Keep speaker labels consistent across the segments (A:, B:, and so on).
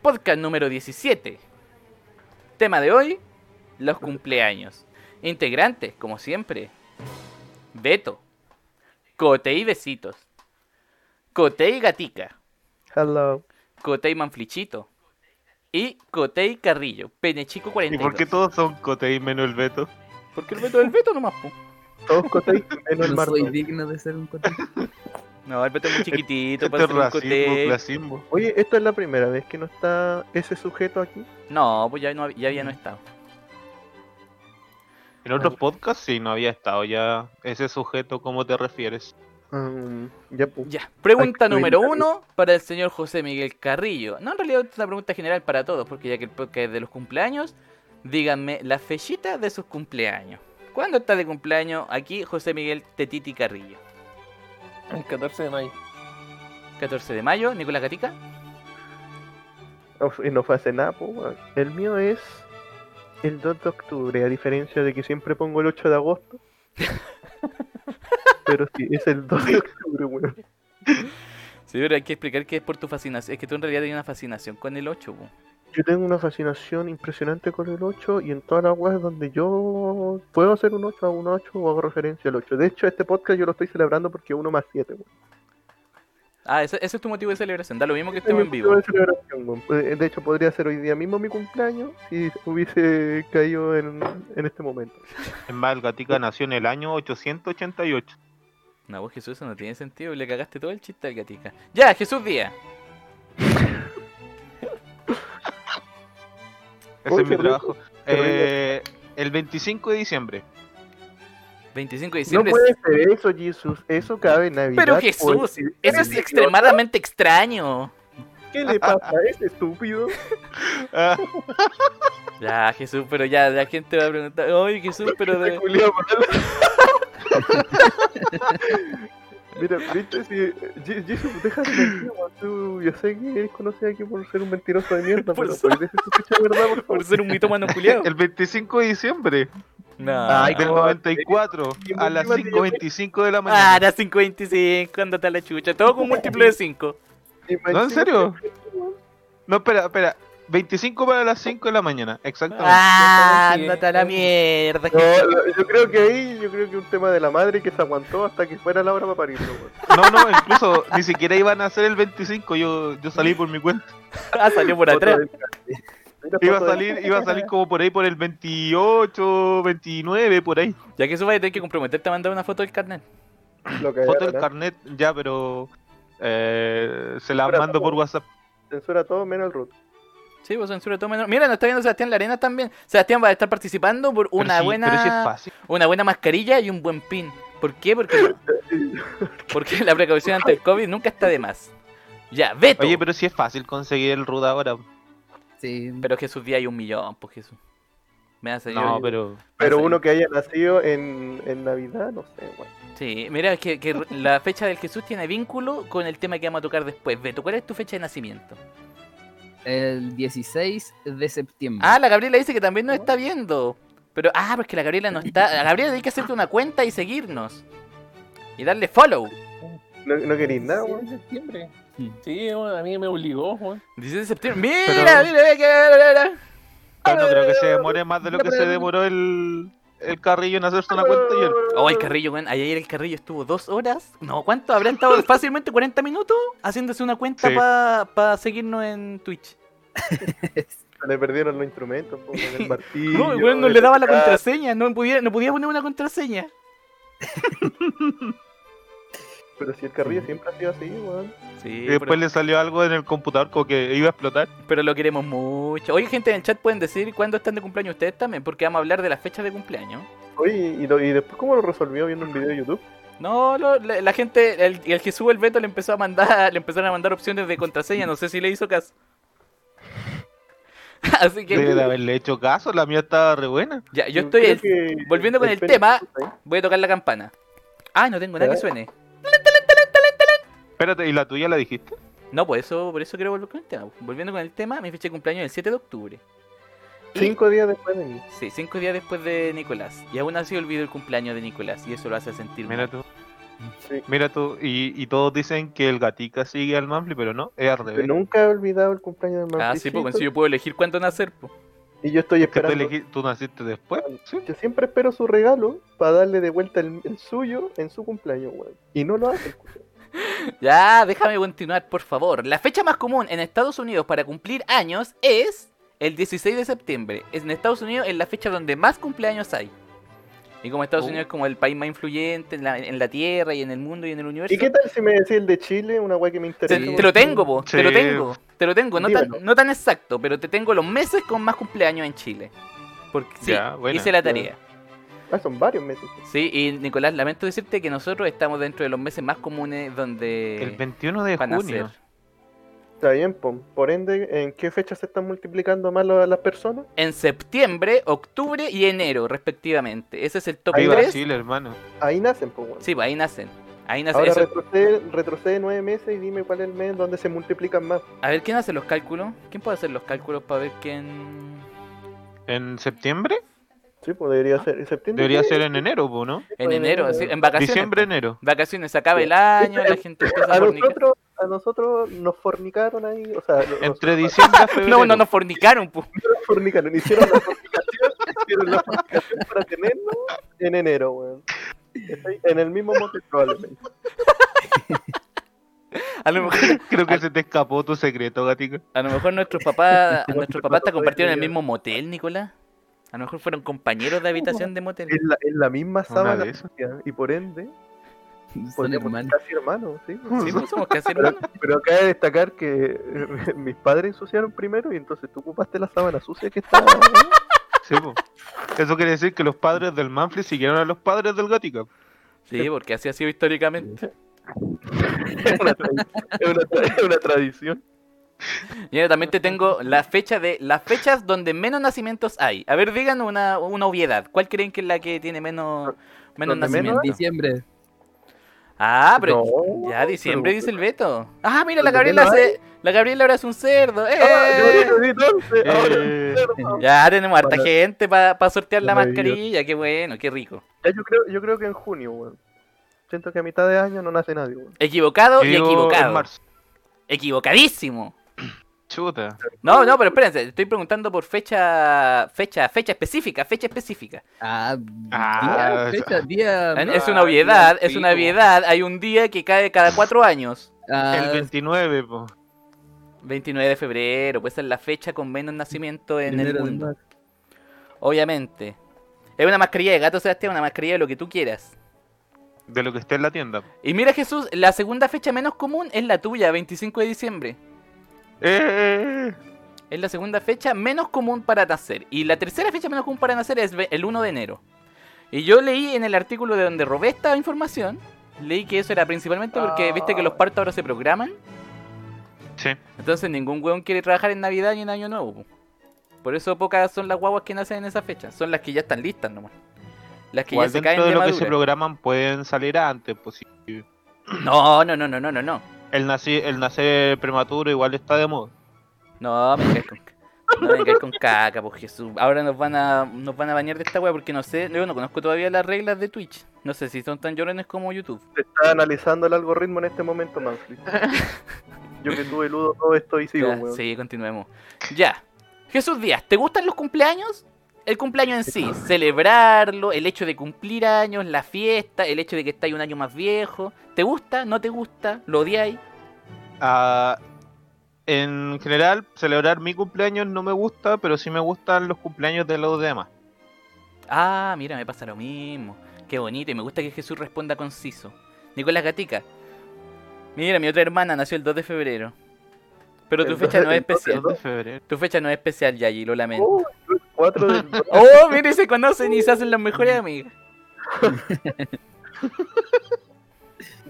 A: podcast número 17. Tema de hoy, los cumpleaños. Integrantes, como siempre. Beto. Cote y Besitos. Cotei Gatica.
B: Hello.
A: Cotei Manflichito. Y Cotei Carrillo. Penechico
C: ¿Y
A: 42.
C: por qué todos son Cotei menos el Beto?
A: Porque el Beto es el Beto nomás, po.
B: Todos Cotei menos el
D: No soy
B: Martín.
D: digno de ser un cotei.
A: No, el Beto es pues, muy chiquitito
C: Esto
A: para
C: es
A: ser un
C: Este racismo,
A: Cotei.
C: clasismo.
B: Oye, esta es la primera vez que no está ese sujeto aquí.
A: No, pues ya, no, ya había no estado.
C: En otros podcasts sí no había estado ya ese sujeto, ¿cómo te refieres?
B: Mm, ya, pues.
A: Ya, pregunta
B: Ay, qué
A: número
B: bien.
A: uno para el señor José Miguel Carrillo. No, en realidad es una pregunta general para todos, porque ya que el podcast es de los cumpleaños, díganme la fechita de sus cumpleaños. ¿Cuándo está de cumpleaños aquí José Miguel Tetiti Carrillo?
E: El 14 de mayo.
A: 14 de mayo, Nicolás Gatica.
B: No- y no fue hace nada, po, weón. El mío es el 2 de octubre, a diferencia de que siempre pongo el 8 de agosto. Pero sí, es el 2 de octubre, weón.
A: Sí, pero hay que explicar que es por tu fascinación. Es que tú en realidad tenías una fascinación con el 8. po.
B: Yo tengo una fascinación impresionante con el 8 y en todas las webs donde yo puedo hacer un 8 a un 8 o hago referencia al 8. De hecho, este podcast yo lo estoy celebrando porque es uno más 7, weón.
A: Ah, ese, ese es tu motivo de celebración. Da lo mismo que estemos en
B: Motivo
A: vivo.
B: de celebración, weón. Eh, de hecho, podría ser hoy día mismo mi cumpleaños si hubiese caído en, en este momento.
C: Es más, el Gatica nació en el año 888.
A: No, vos Jesús, eso no tiene sentido. Le cagaste todo el chiste al Gatica. Ya, Jesús Díaz.
C: Ese
B: Uy,
C: es mi
B: qué
C: trabajo.
B: Terrible.
C: Eh, el 25 de diciembre.
A: 25 de
B: No
A: diciembre.
B: puede ser eso, Jesús. Eso cabe en Navidad.
A: Pero
B: o
A: Jesús,
B: en-
A: eso pues, es extremadamente extraño.
B: ¿Qué le pasa a ese estúpido?
C: Ah,
A: Ya, Jesús, pero ya la gente va a preguntar, oye Jesús, pero de...
B: Culiao malo. Mira, viste, si. Je- Jesús, deja de mentir, weón. Tú- Yo sé que eres conocido aquí por ser un mentiroso de mierda,
A: Por
B: pero
A: ser-
B: por decir tu fecha de verdad, por
A: por
B: favor.
A: ser un mitómano culiado.
C: el 25 de diciembre
A: No.
B: Ay,
C: del
B: no,
C: 94
B: sí,
C: a las
B: sí, sí,
C: 5.25 de la
A: Ah,
C: mañana.
A: era 525, andate a la chucha, todo con múltiplo de 5.
B: Y más
C: ¿No, en
B: encima-
C: serio? No, espera, espera. 25 para las 5 de la mañana, exactamente.
A: Ah,
E: sí,
A: andate a la
E: sí.
A: mierda.
B: No,
A: Jesús.
B: no, yo creo que ahí, yo creo que un tema de la madre que se aguantó hasta que fuera la hora para parirlo, weón.
C: No, no, incluso ni siquiera iban a hacer el 25, yo, yo salí por mi cuenta.
A: Ah, salió por
B: Foto
A: atrás.
B: del- Mira,
C: Iba a
B: foto del-
C: salir, iba a salir como por ahí por el 28, 29, por ahí.
A: Ya que eso va a tener que comprometerte a mandar una foto del carnet.
B: Lo que
C: Foto del
B: era, ¿no?
C: carnet, ya, pero eh, se la
B: Pero
C: mando por
B: ¿cómo?
C: WhatsApp.
B: Censura todo menos el root.
A: Ah, Sí, vos censura todo menos. Mira, nos está viendo Sebastián Larena también. Sebastián va a estar participando por
C: Pero
A: una
C: sí-
A: buena
C: Pero sí es fácil.
A: una buena mascarilla y un buen pin. ¿Por qué? Porque, porque la precaución ante el COVID nunca está de más. Ya, Beto.
C: Oye, pero sí es fácil conseguir el RUD ahora.
D: Sí.
A: Pero Jesús Díaz hay un millón, pues Jesús. Me ha salido.
C: No, pero.
B: Pero
A: Así.
B: uno que haya nacido en, en Navidad, no sé, weón.
A: Sí, mira, que, que la fecha del Jesús tiene vínculo con el tema que vamos a tocar después. Beto, ¿cuál es tu fecha de nacimiento?
D: El 16 de septiembre.
A: Ah, la Gabriela dice que también nos está viendo. Pero, ah, porque la Gabriela no está. La Gabriela tiene que hacerte una cuenta y seguirnos. Y darle follow.
B: No, no queréis nada,
E: 16
B: weón.
E: de septiembre.
D: Sí.
E: Sí, bueno, a mí me obligó, weón.
A: 16 de septiembre. Mira,
C: Pero-
A: mira, mira, mira, mira, mira.
C: Yo no creo que se demore más de lo que se demoró el, el carrillo en hacerse una cuenta ayer.
A: Oh, el carrillo, weón. Ayer el carrillo estuvo dos horas. No, ¿cuánto? Habrá estado fácilmente 40 minutos haciéndose una cuenta
C: Sí.
A: para seguirnos en Twitch.
B: Se Oh, le perdieron los instrumentos, po, weón, el martillo.
A: No, weón, no le
B: el
A: daba la
B: teclado.
A: contraseña, no podía, no podía poner una contraseña.
B: Pero si el
A: Mm.
B: carrillo siempre ha sido así, weón.
A: Sí,
C: Y después
A: pero,
C: le salió algo en el computador como que iba a explotar.
A: pero lo queremos mucho. Oye, gente en el chat, pueden decir cuándo están de cumpleaños ustedes también, porque vamos a hablar de las fechas de cumpleaños.
B: Oye, y, lo- y después, ¿cómo lo resolvió viendo un video de YouTube?
A: No, lo- la, la gente, el, el Jesús, el Beto le empezó a mandar, le empezaron a mandar opciones de contraseña, no sé si le hizo caso. Así
C: Debe de
A: que
C: haberle hecho caso, la mía estaba re buena.
A: ya, yo estoy
B: creo
A: el-
B: que-
A: volviendo con el
B: Félix-
A: tema. Voy a tocar la campana. Ah, no tengo nada que
B: ¿Ya?
A: suene.
C: Espérate, ¿y la tuya la dijiste?
A: No, por eso, por eso quiero volver con el tema. Volviendo con el tema, mi fecha de cumpleaños es el 7 de octubre. Y-
B: Cinco días después de mí.
A: Sí, cinco días después de Nicolás. Y aún así olvido el cumpleaños de Nicolás. Y eso lo hace sentir
C: Mira
A: mal.
C: tú. Mira tú, y, y todos dicen que el gatica sigue al Manfly, pero no, es al
B: Pero
C: revés.
B: nunca he olvidado el cumpleaños de
A: Ah, sí, porque si yo puedo elegir cuánto nacer, po.
B: Y yo estoy
C: Que tú,
B: esperando.
C: elegí- tú naciste después, ¿sí?
B: Yo siempre espero su regalo para darle de vuelta el, el suyo en su cumpleaños, weón. Y no lo hace. el culiao.
A: Ya, déjame continuar, por favor. La fecha más común en Estados Unidos para cumplir años es el 16 de septiembre. Es- En Estados Unidos es la fecha donde más cumpleaños hay. Y como Estados
C: Oh.
A: Unidos es como el país más influyente en la, en la Tierra y en el mundo y en el universo.
B: ¿Y qué tal si me decís el de Chile? Una weá que me
A: Te,
B: interesa.
D: Sí.
B: weón.
A: te lo tengo, po, te lo
C: Sí.
A: tengo, te lo tengo, no tan,
B: Dímelo.
A: no tan exacto, pero te tengo los meses con más cumpleaños en Chile. Porque sí,
C: Ya, buena.
A: hice la
B: Ya.
A: tarea.
B: Ah, son varios meses.
A: Sí, y Nicolás, lamento decirte que nosotros estamos dentro de los meses más comunes donde
C: El 21 de
A: van a
C: junio.
A: ser.
B: Está bien, po. por ende, ¿en qué fecha se están multiplicando más lo- las personas?
A: En septiembre, octubre y enero, respectivamente. Ese es el top
C: Viva
A: 3.
C: Chile, hermano.
B: Ahí nacen, pues, weón.
A: Sí, pues, ahí nacen. Ahí nacen.
B: Ahora
A: Eso-
B: retrocede, retrocede nueve meses y dime cuál es el mes donde se multiplican más.
A: A ver, ¿quién hace los cálculos? ¿Quién puede hacer los cálculos para ver quién...?
C: ¿En septiembre?
B: Sí, pues debería
A: Ah,
B: ser en septiembre.
C: Debería
B: sí.
C: ser en enero, po, ¿no?
A: En enero, sí, en vacaciones.
C: Diciembre, enero.
A: Vacaciones, se acaba el año, la gente empieza a
B: A
A: fornicar.
B: nosotros, a nosotros nos fornicaron ahí, o sea, no- nos
C: Entre diciembre y febrero.
A: No, no nos fornicaron, pues.
B: fornicaron, hicieron la fornicación, hicieron la fornicación para tenernos en enero, weón. Estoy En el mismo motel probablemente.
A: A lo mejor,
C: Creo que se te escapó tu secreto, gatica.
A: a lo mejor nuestros papás, a
B: Igual
A: nuestros
B: que
A: papás te
B: nosotros,
A: compartieron el
B: oye,
A: mismo motel, Nicolás. A lo mejor fueron
B: Uh.
A: compañeros de habitación de motel.
B: Es la, es la misma
C: Una
B: sábana
C: de esas.
B: sucia, y por ende,
D: Son
B: podríamos ser
D: hermanos.
B: casi hermanos, ¿sí?
A: Sí, pues somos casi
B: Pero,
A: hermanos.
B: pero acaba de destacar que eh, mis padres ensuciaron primero y entonces tú ocupaste la sábana sucia que estaba.
C: Sí, po. Eso quiere decir que los padres del Manfred siguieron a los padres del Gatica.
A: Sí, porque así ha sido históricamente.
B: es, una tra- es una tra- es una tradición.
A: Y ahora también te tengo la fecha de las fechas donde menos nacimientos hay. A ver, digan una, una obviedad. ¿Cuál creen que es la que tiene menos, menos
B: ¿Donde menos?
A: nacimientos?
D: Diciembre.
A: Ah, pero
B: No,
A: ya diciembre
B: pero-
A: dice el Beto. Ah, mira, la
B: ¿Donde
A: Gabriela
B: menos
A: se, la Gabriela ahora es un cerdo. ¡Eh!
B: Ah, yo dije, sí, entonces, ahora,
C: Eh.
B: cerdo.
A: Ya tenemos harta
B: Bueno.
A: gente para sortear la
B: Maravilloso.
A: mascarilla. Qué bueno, qué rico.
B: Ya, yo, creo, yo creo que en junio, weón. Siento que a mitad de año no nace nadie, weón.
A: Equivocado
C: Yo
A: y
C: digo en
A: equivocado.
C: marzo.
A: Equivocadísimo.
C: Chuta.
A: No, no, pero espérense, estoy preguntando por fecha, fecha, fecha específica, fecha específica.
D: Ah,
C: Ah,
D: día, fecha, día.
C: Ah,
A: es una
C: no,
A: obviedad, es
C: sí,
A: una
C: po.
A: obviedad. Hay un día que cae cada cuatro años.
D: Ah,
C: El 29, po.
A: 29 de febrero, pues esa es la fecha con menos nacimiento en el
D: primero de
A: mundo.
D: marzo.
A: Obviamente. Es una mascarilla de gato, Sebastián, una mascarilla de lo que tú quieras.
C: De lo que está en la tienda.
A: Y mira, Jesús, la segunda fecha menos común es la tuya, 25 de diciembre.
C: Eh,
A: Es la segunda fecha menos común para nacer. Y la tercera fecha menos común para nacer es ve- el 1 de enero. Y yo leí en el artículo de donde robé esta información, leí que eso era principalmente porque viste que los partos ahora se programan.
C: Ah. Sí.
A: Entonces ningún weón quiere trabajar en Navidad ni en Año Nuevo. po. Por eso pocas son las guaguas que nacen en esa fecha. Son las que ya están listas nomás. Las que ya
C: Igual
A: se
C: dentro
A: caen de,
C: de lo que se
A: madura.
C: programan pueden salir antes, pues sí.
A: No, no, no, no, no, no, no.
C: El, nací, el nacer prematuro igual está de moda.
A: No, me vengáis con, no me vengáis con caca, por Jesús. Ahora nos van a nos van a bañar de esta wea porque no sé, yo no conozco todavía las reglas de Twitch. No sé si son tan llorones como YouTube.
B: Se está analizando el algoritmo en este momento, Manfred. Yo que tuve ludo todo esto y sigo,
A: Ya,
B: weón.
A: sí, continuemos. Ya. Jesús Díaz, ¿te gustan los cumpleaños? El cumpleaños en sí, celebrarlo, el hecho de cumplir años, la fiesta, el hecho de que estáis un año más viejo. ¿Te gusta? ¿No te gusta? ¿Lo odiáis?
C: Ah, en general, celebrar mi cumpleaños no me gusta, pero sí me gustan los cumpleaños de los demás.
A: Ah, mira, me pasa lo mismo. Qué bonito, y me gusta que Jesús responda conciso. Nicolás Gatica. Mira, mi otra hermana nació el 2 de febrero. Pero tu
B: Entonces-
A: fecha no es
B: entonces,
A: especial.
C: De febrero.
A: Tu fecha no es especial, Yayi, lo lamento.
B: Oh, el 4 del
A: Oh, mire, se conocen y se hacen las mejores amigas.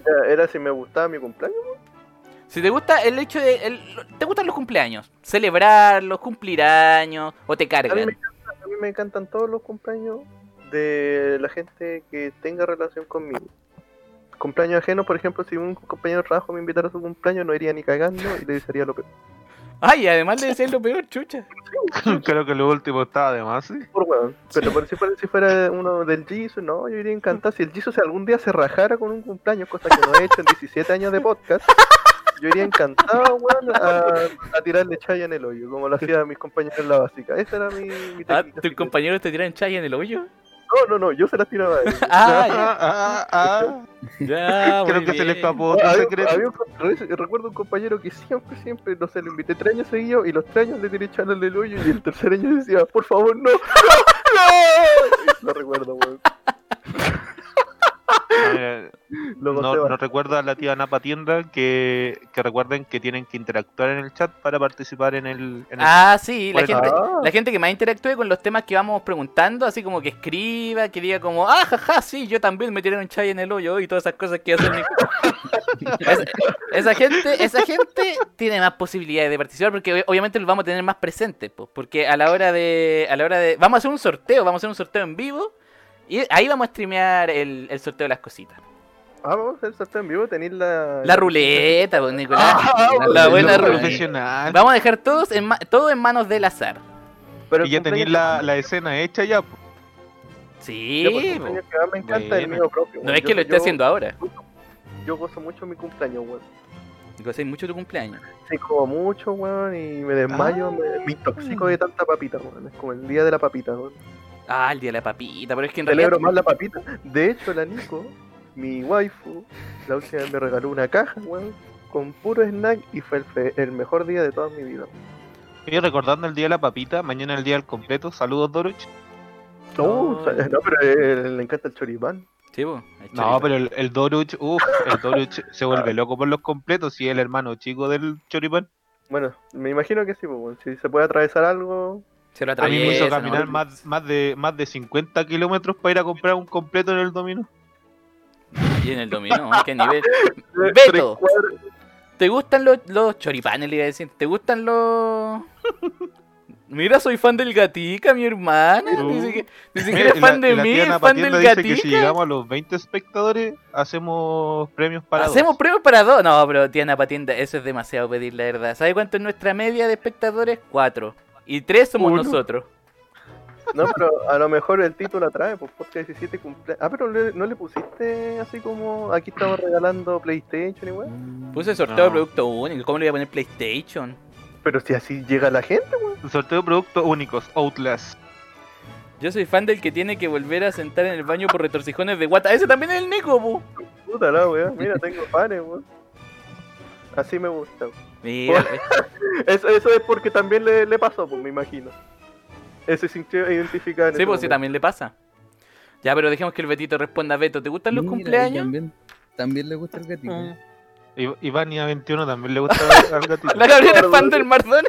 B: Ya, Era si me gustaba mi cumpleaños.
A: Si te gusta el hecho de... el- ¿Te gustan los cumpleaños? Celebrarlos, cumplir años, o te
B: A mí, me
A: cargan.
B: encantan, a mí me encantan todos los cumpleaños de la gente que tenga relación conmigo. Cumpleaños ajeno, por ejemplo, si un compañero de trabajo me invitara a su cumpleaños, no iría ni cagando y le desearía lo peor.
A: Ay, además de ser lo peor, chucha.
C: Creo que lo último estaba de más, ¿sí?
B: Por weón. Pero por si fuera, si fuera uno del Jesus, no, yo iría encantado. Si el Jesus algún día se rajara con un cumpleaños, cosa que no he hecho en 17 años de podcast, yo iría encantado, weón, a, a tirarle chaya en el hoyo, como lo hacía mis compañeros en la básica. Esa era mi, mi
A: Ah,
B: técnica
A: ¿Tus
B: secreta.
A: compañeros te tiran chaya en el hoyo?
B: No, no, no, yo se las tiraba a ellos.
A: Ah,
C: Ah, ah,
A: ya. ya
C: ah. Creo
A: muy
C: que se le
A: bien.
C: escapó
B: No,
C: otro
B: había- había
C: secreto.
B: un com- re- recuerdo un compañero que siempre, siempre, no sé, lo invité tres años seguidos y los tres años le tiré chana en el hoyo y el tercer año decía, por favor, no, no, no. Lo recuerdo, weón.
C: Eh,
B: Lo gocé
C: No, no
B: bastante.
C: recuerdo a la tía Napa Tienda que, que recuerden que tienen que interactuar en el chat para participar en el. En el-
A: Ah, sí, la
C: Bueno,
A: gente,
B: ah.
A: la gente que más interactúe con los temas que vamos preguntando, así como que escriba, que diga como, ah, jaja, sí, yo también me tiré un chai en el hoyo y todas esas cosas que hacen. mi- Esa, esa gente, esa gente tiene más posibilidades de participar porque ob- obviamente lo vamos a tener más presente, po, porque a la hora de, a la hora de, vamos a hacer un sorteo, vamos a hacer un sorteo en vivo y ahí vamos a streamear el, el sorteo de las cositas.
B: Ah, vamos a hacer sorteo en vivo, tenéis la...
A: La ruleta, pues, Nicolás.
C: Ah, Lo
A: la buena ruleta.
C: profesional.
A: Vamos a dejar todos en ma- todo en manos del azar.
B: Pero
C: Y ya tenéis la, la escena hecha ya. po.
A: Sí,
B: Sí,
A: po.
B: que más me encanta es el
C: Bueno.
B: mío propio.
A: no
B: weón.
A: es que
B: Yo-
A: lo esté
B: yo-
A: haciendo ahora.
B: Yo gozo mucho mi cumpleaños, weón.
A: Gocéis mucho tu cumpleaños.
B: Sí, como mucho, weón, y me desmayo, me, me intoxico de tanta papita, weón. Es como el día de la papita, weón.
A: Ah, el día de la papita, pero es que en realidad.
B: Celebro más la papita. De hecho, la Nico, mi waifu, la última vez me regaló una caja, weón, con puro snack y fue el, fe- el mejor día de toda mi vida.
C: Y recordando el día de la papita, mañana el día del completo. Saludos, Doruch.
B: No,
A: Oh.
B: Uh, o sea, no, pero eh, le encanta el choripán.
A: Sí, po, el
C: No,
A: choripán.
C: pero el, el Doruch, uff, el Doruch se vuelve loco por los completos. Si es el hermano chico del Choripán.
B: Bueno, me imagino que sí, pues, weón. Si se puede atravesar algo,
A: Se lo
C: A mí me hizo
A: atraviesa,
C: caminar
A: ¿no?
C: más, más, de, más de 50 kilómetros para ir a comprar un completo en el domino.
A: Y en el dominó, qué nivel.
B: Tres
A: Beto.
B: cuadras.
A: ¿Te gustan los, los choripanes, le iba a decir? ¿Te gustan los.? Mira, soy fan del gatica, mi hermana.
C: Uh.
A: Dice que, dice que
C: Mira,
A: eres
C: y
A: fan
C: la- y
A: de
C: la
A: mí,
C: tía Ana
A: fan del
C: Patienda dice que si
A: gatica.
C: llegamos a los 20 espectadores, hacemos premios para dos.
A: Hacemos pruebas para dos. No, pero Tiana Patienda, eso es demasiado pedir, la verdad. ¿Sabe cuánto es nuestra media de espectadores? Cuatro. Y tres somos
C: Uno.
A: nosotros.
B: No, pero a lo mejor el título atrae, pues podcast 17 cumple. Ah, pero le- no le pusiste así como aquí estamos regalando PlayStation y weón.
A: Puse sorteo de
C: No.
A: producto único. ¿Cómo le voy a poner PlayStation?
B: Pero si así llega la gente, weón.
C: Sorteo de productos únicos, Outlast.
A: Yo soy fan del que tiene que volver a sentar en el baño por retorcijones de guata. Ese también es el Nico, pu.
B: Puta la weón, mira, tengo panes, weón. Así me gusta. weón.
A: Mira,
B: Eso, eso es porque también le, le pasó, pues me imagino. Ese sintió identificado. en
A: sí,
B: ese
A: pues sí,
B: momento.
A: también le pasa. Ya, pero dejemos que el Betito responda. Beto, ¿te gustan los
D: Mira, y
A: cumpleaños? Ah.
D: También, también le gusta el gatito.
C: Y- Iván y A21 también le gusta al gatito.
A: La Gabriela es fan del Mardón.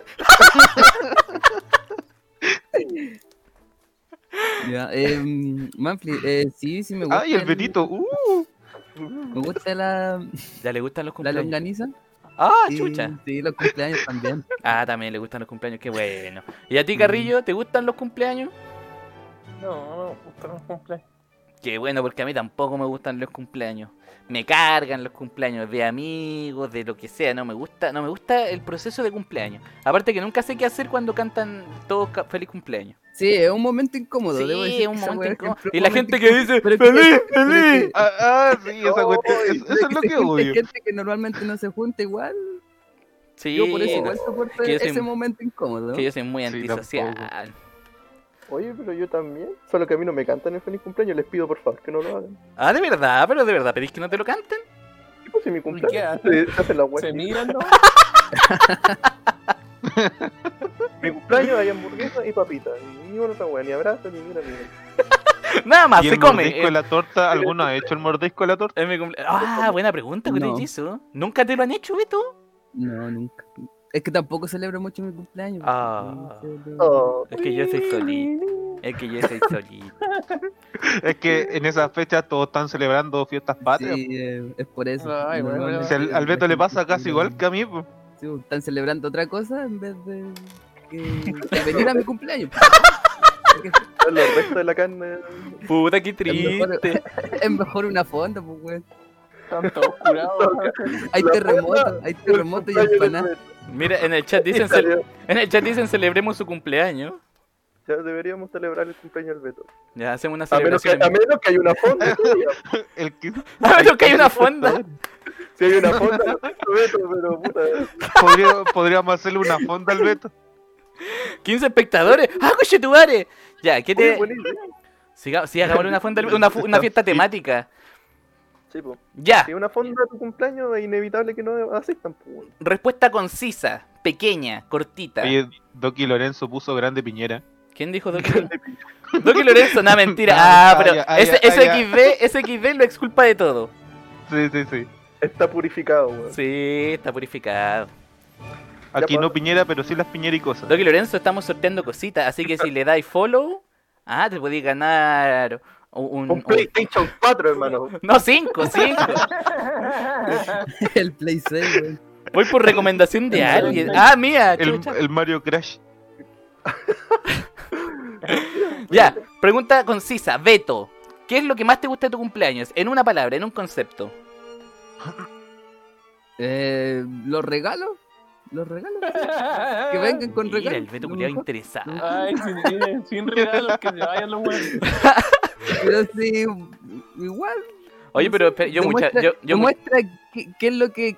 D: Ya, eh, Manfly, eh, sí, sí me gusta.
C: Ah, y el Betito. Uh,
D: Me gusta la,
A: Ya le gustan los
D: la
A: cumpleaños.
D: longaniza.
A: Ah,
D: y-
A: chucha.
D: Sí, los cumpleaños también.
A: Ah, también le gustan los cumpleaños. Qué bueno. ¿Y
D: Mm.
A: a ti, Carrillo, te gustan los cumpleaños?
E: No, no me gustan los cumpleaños.
A: Qué bueno, porque a mí tampoco me gustan los cumpleaños. Me cargan los cumpleaños de amigos, de lo que sea. No me gusta, no me gusta el proceso de cumpleaños. Aparte que nunca sé qué hacer cuando cantan todos ca- feliz cumpleaños.
D: Sí, es un momento incómodo.
A: Sí,
D: debo decir
A: es un
D: que esa
A: momento
D: weá
A: incómodo.
D: siempre es
A: Y
D: un
A: la
D: momento
A: gente que
D: incómodo.
A: dice,
D: Pero es que-
A: "Feliz,
D: pero es
A: feliz".
D: que-
C: ah, ah, sí, esa cuestión. es-
D: pero
C: eso es lo
D: se
C: que
D: junta
C: odio.
D: gente que normalmente no se junta igual.
A: Sí,
D: Yo por eso
A: no,
D: igual soporto
A: que yo soy-
D: ese momento incómodo.
A: que yo soy muy
C: Sí,
A: antisocial.
B: Oye, pero yo también. Solo que a mí no me cantan el feliz cumpleaños, les pido por favor que no lo hagan.
A: ah, de verdad, pero de verdad, ¿pedís que no te lo canten?
B: Y pues si mi
E: ¿Qué
B: cumpleaños
E: hacen?
B: se, se hace la weón.
E: Se miran, ¿no?
B: Mi cumpleaños hay hamburguesa y papita. Y ni una otra weón, ni abrazo, ni una mierda.
A: Nada más,
C: ¿Y
A: se
C: el
A: come.
C: mordisco de la torta? ¿Alguno ha hecho el mordisco de la torta?
A: Eh, es mi cumple- Ah, buena pregunta, ¿qué
D: No.
A: te hizo? ¿Nunca te lo han hecho, Beto?
D: No, nunca. Es que tampoco celebro mucho mi cumpleaños. eh,
A: Ah.
D: porque no celebro-
B: Oh.
A: Es que yo soy solito. Es que yo soy solito.
C: Es que en esas fechas todos están celebrando fiestas patrias.
D: Sí, eh, es por eso.
E: Ay, bueno,
D: Normalmente
E: bueno.
C: Si al, al Beto le pasa casi igual
D: Sí,
C: que a mí. po.
D: están celebrando otra cosa en vez de, que- de venir a mi cumpleaños.
B: Los restos de la carne.
A: Puta, qué
D: Es mejor-
A: triste.
D: es mejor una fonda, pues, weón.
E: Están todos curados.
D: Hay
B: La
D: terremoto, hay terremoto y
B: cumpleaños del
D: empanadas.
B: Beto.
A: Mira, en el chat dicen, cel-
B: Estaría-
A: en el chat dicen celebremos su cumpleaños.
B: Ya deberíamos celebrar el cumpleaños del Beto.
A: Ya hacemos una
B: A menos, que,
A: celebración.
B: a menos que haya una fonda. tuya.
C: El que-
A: en- A menos que hay una fonda.
B: Si hay una fonda, lo siento, Beto, pero puta.
C: podría- podríamos hacerle una fonda al Beto.
A: 15 espectadores. ¡Ah, coche tu madre! Ya, ¿qué
B: Oye,
A: te.?
B: buena idea.
A: Siga, sí, hagámosle una, fonda- una, fu- una fiesta temática.
B: Sí, po.
A: Ya,
B: Si hay una fonda a tu cumpleaños, es inevitable que no asistan. po, weón.
A: respuesta concisa, pequeña, cortita.
C: Oye, Doki Lorenzo puso grande piñera.
A: ¿Quién dijo Doki Lorenzo? Doki Lorenzo, nada, mentira. Ah,
C: Ah,
A: pero
C: ya, ah, ya,
A: ese,
C: ah, ya.
A: SXD, SXD lo exculpa de todo.
C: Sí, sí, sí.
B: Está purificado, weón.
A: Sí, está purificado.
C: Aquí
B: Ya,
C: no
B: pues.
C: piñera, pero sí las piñericosas.
A: Doki Lorenzo, estamos sorteando cositas, así que si le dais follow, ah, te podéis ganar un.
B: Un PlayStation 4, hermano.
A: No, cinco, cinco.
D: El Play 6, güey.
A: Voy por recomendación de alguien. Ah, mía,
C: El,
A: chucha.
C: el Mario Crash.
A: Ya, pregunta concisa, Beto. ¿Qué es lo que más te gusta de tu cumpleaños? En una palabra, en un concepto.
D: Eh, ¿Los regalos? ¿Los regalos? Que vengan con
A: Mira,
D: regalos.
A: el Beto
D: lo
A: culiado
D: mejor.
A: interesado.
E: Ay, sin, eh, sin regalos, que se vayan los weones.
D: Pero sí, igual.
A: Oye,
D: no
A: pero
D: sé,
A: espera, yo mucha,
D: demuestra,
A: yo, yo mu-
D: demuestra qué, qué es lo que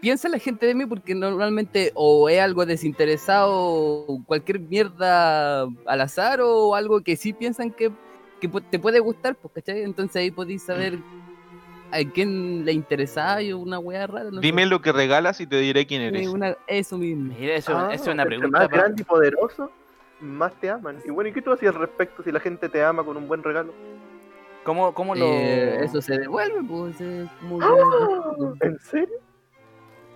D: piensa la gente de mí, porque normalmente o es algo desinteresado, o cualquier mierda al azar, o algo que sí piensan que, que pu- te puede gustar, pues, ¿cachai? Entonces ahí podéis saber a quién le interesaba y una wea rara. no
C: Dime lo que regalas y te diré quién
D: sé,
C: eres.
D: una- eso mismo.
A: Mira, eso,
B: Ah,
A: eso es una
B: entre
A: pregunta.
B: Más
A: para-
B: grande y poderoso, más te aman. Y bueno, ¿y qué tú hacías al respecto si la gente te ama con un buen regalo?
A: ¿Cómo, cómo lo.?
D: Eh, eso se devuelve, pues. eh, como que-
B: ¡Ah! ¿En serio?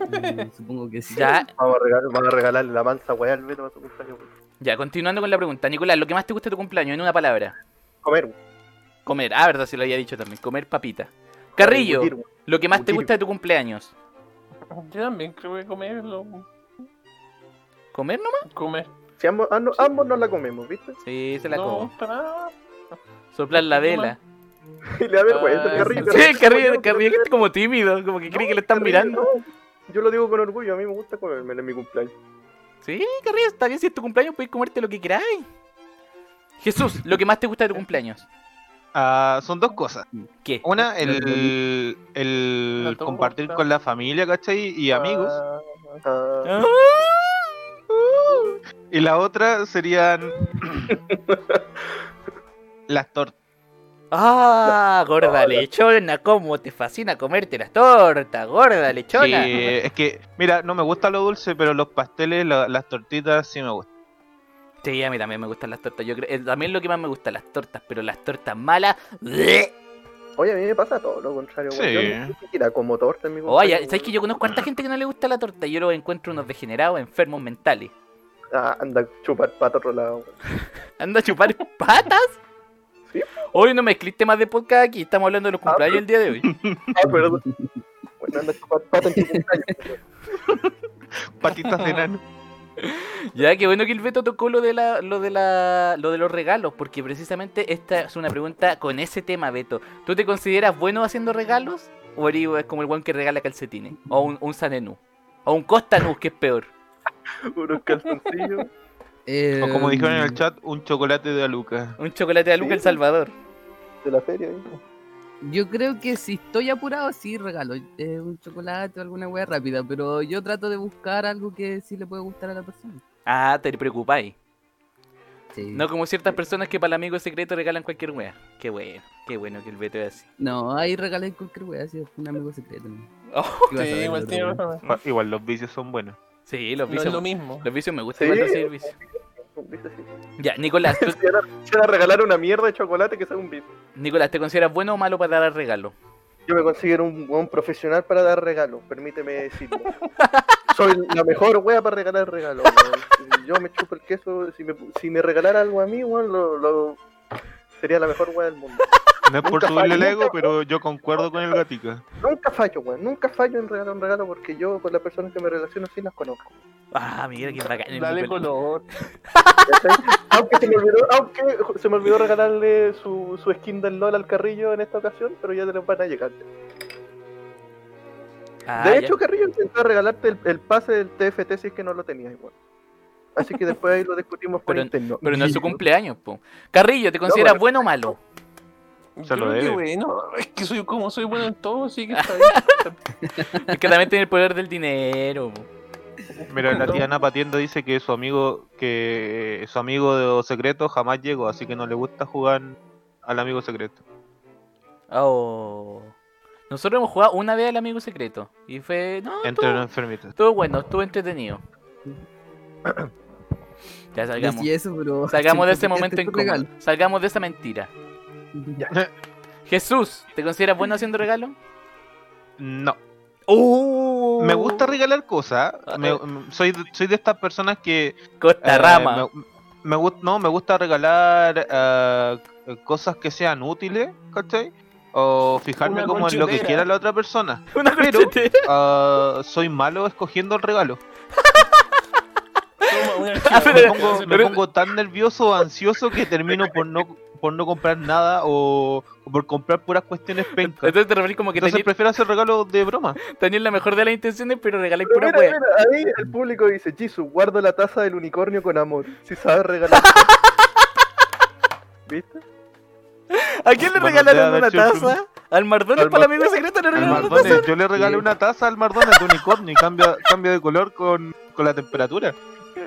D: Mm, Supongo que sí.
A: Ya,
B: Vamos a, regalar, vamos a regalarle la mansa weá al Beto para su cumpleaños. weón.
A: ya, continuando con la pregunta. Nicolás, ¿lo que más te gusta de tu cumpleaños? En una palabra.
B: Comer. weón.
A: Comer. Ah, verdad, sí lo había dicho también. Comer papita. Carrillo,
B: Discutir, weón.
A: ¿lo que más te
B: discutir.
A: gusta de tu cumpleaños?
E: Yo también creo que comerlo.
A: ¿Comer nomás?
E: Comer.
B: Si ambos, ah, no, ambos nos la comemos, ¿viste?
A: Sí, se la
E: no
A: como.
E: gusta nada.
A: Soplar la
E: ¿Qué
A: vela.
B: Y le da vergüenza
E: Ah,
B: el carrillo.
A: Sí, el carrillo, el carrillo que está como tímido, como que cree que lo están
B: Carrillo,
A: mirando.
B: no. Yo lo digo con orgullo, a mí me gusta comérmelo en mi cumpleaños.
A: Sí, Carrillo, está bien si es tu cumpleaños, puedes comerte lo que queráis. Jesús, ¿lo que más te gusta de tu cumpleaños?
C: Ah, son dos cosas.
A: ¿Qué?
C: Una, el, el
E: La tomo,
C: compartir
E: claro.
C: con la familia, ¿cachai? Y amigos.
B: Ah, ah.
A: Ah,
C: Y la otra serían las tortas.
A: Ah, gorda lechona, cómo te fascina comerte las tortas, gorda lechona.
C: Sí, es que, mira, no me gusta lo dulce, pero los pasteles, la- las tortitas sí me gustan.
A: Sí, a mí también me gustan las tortas. Yo creo, eh, también lo que más me gusta las tortas, pero las tortas malas. ¡bleh!
B: Oye, a mí me pasa todo lo contrario. weón.
C: Sí.
B: Yo ni siquiera como torta en mi
A: Oye,
B: cumpleaños.
A: ¿sabes que yo conozco a harta gente que no le gusta la torta? Yo lo encuentro unos degenerados, enfermos mentales.
B: Ah, anda a chupar para otro lado. weón.
A: ¿Anda a chupar patas?
B: Sí.
A: Hoy no mezcliste temas de podcast aquí, estamos hablando de los cumpleaños el día de hoy.
B: Ah, perdón. Bueno, anda a chupar pata en tu cumpleaños. weón.
C: Patitas de nano.
A: Ya, qué bueno que el Beto tocó lo de la, lo de la, lo de los regalos, porque precisamente esta es una pregunta con ese tema, Beto. ¿Tú te consideras bueno haciendo regalos? ¿O eres igual- como el guan que regala calcetines? ¿O un, un Sanenú? ¿O un Costanú, que es peor?
B: Unos calzoncillos.
D: Eh,
C: O como dijeron en el chat, un chocolate de aluca.
A: ¿Un chocolate de Luca
B: Sí.
A: El Salvador?
B: de la feria. ¿eh?
D: Yo creo que si estoy apurado, sí regalo eh, un chocolate o alguna wea rápida, pero yo trato de buscar algo que sí le puede gustar a la persona.
A: Ah, te preocupáis.
D: Sí.
A: No como ciertas personas que para el amigo secreto regalan cualquier wea. Qué bueno, qué bueno que el Beto es así.
D: No, ahí regalé cualquier wea, si es un amigo secreto. ¿no?
A: Oh,
D: ¿Qué vas a
E: Sí,
D: ver,
E: igual
D: bro?
E: tiene razón.
C: Ah, Igual los vicios son buenos.
A: sí, los
E: No es
A: vicios.
E: lo mismo.
A: los vicios me gustan.
B: Sí.
A: igual los vicios.
B: ¿Viste? Sí.
A: Ya, Nicolás, ¿tú-
B: Se van a- se van a regalar una mierda de chocolate que sea un beat.
A: Nicolás, ¿te consideras bueno o malo para dar regalo?
B: Yo me considero un buen profesional para dar regalos, permíteme decirlo. Soy la mejor wea para regalar regalos. weón. Yo me chupo el queso. Si me, si me regalara algo a mí, weón, lo, lo- sería la mejor wea del mundo.
C: No es por
B: Nunca
C: subirle el
B: falla,
C: ego,
B: nunca-
C: pero yo concuerdo con el gatica.
B: Nunca fallo, weón. Nunca fallo en regalar un regalo porque yo con las personas que me relaciono sí las conozco.
A: Ah, mira qué bacán. el
E: Dale
A: Nicolás.
E: color.
B: ¿cachai? aunque, se me olvidó, aunque se me olvidó regalarle su, su skin del LOL al carrillo en esta ocasión, pero ya te los van a llegar.
A: Ah,
B: de
A: ya.
B: hecho, Carrillo intentó regalarte el, el pase del TFT si es que no lo tenías igual. Así que después ahí lo discutimos por
A: Pero-
B: interno.
A: Pero no es su cumpleaños, po. Carrillo, ¿te consideras bueno
B: bueno.
A: o malo?
C: Se lo
E: Creo que
C: debe.
E: bueno, es que soy como soy bueno en todo, así que está bien.
A: Es que también tiene el poder del dinero. po.
C: Mira, la
E: No.
C: tía Ana Patiendo dice que su amigo que eh, su amigo de- secreto jamás llegó, así que no le gusta jugar al amigo secreto.
A: Oh. Nosotros hemos jugado una vez al amigo secreto. Y fue. No,
C: Entre
A: estuvo-
C: los enfermitos.
A: Estuvo bueno, estuvo entretenido. Ya salgamos.
D: Decía eso, pero...
A: Salgamos de
D: siento
A: ese
D: que
A: momento
D: este es tu regalo.
A: incómodo. Salgamos de esa mentira.
D: Ya.
A: Jesús, ¿te consideras bueno haciendo regalo?
C: No.
A: ¡Uh!
C: Me gusta regalar cosas.
A: Ah,
C: me-
A: eh.
C: mm, soy, de- soy de estas personas que.
A: Costa
C: eh,
A: Rama.
C: me, me gust- no, me gusta regalar eh, cosas que sean útiles, ¿cachai? O fijarme
E: Una
C: como en lo que
E: conchutera.
C: quiera la otra persona.
A: Una
C: pero-
A: corchetera.
C: Ah, soy malo escogiendo el regalo.
E: Toma, un
A: Ah,
E: archivo.
C: me
A: pero-
C: pongo, me
A: pero-
C: pongo tan nervioso o ansioso que termino por no por no comprar nada o, o por comprar puras cuestiones pencas.
A: Entonces te referís como que
C: Entonces
A: tenías
C: prefiero hacer regalos de broma.
A: tenías la mejor de las intenciones, pero regaláis
B: Pero
A: pura
B: mira,
A: wea.
B: mira, ahí el público dice, Jesus, guardo la taza del unicornio con amor. Si sabes regalar. ¿Viste?
A: ¿A quién le
C: Bueno,
A: regalaron
C: debe
A: una
C: haber sido el
A: taza? ¿Al Mardones
B: Al
A: para el
B: Mar-
A: amigo secreto le
C: Al
A: regalaron una
C: Mardones,
A: taza?
C: yo le regalé una taza al Mardones de unicornio y cambia, cambia de color con, con la temperatura.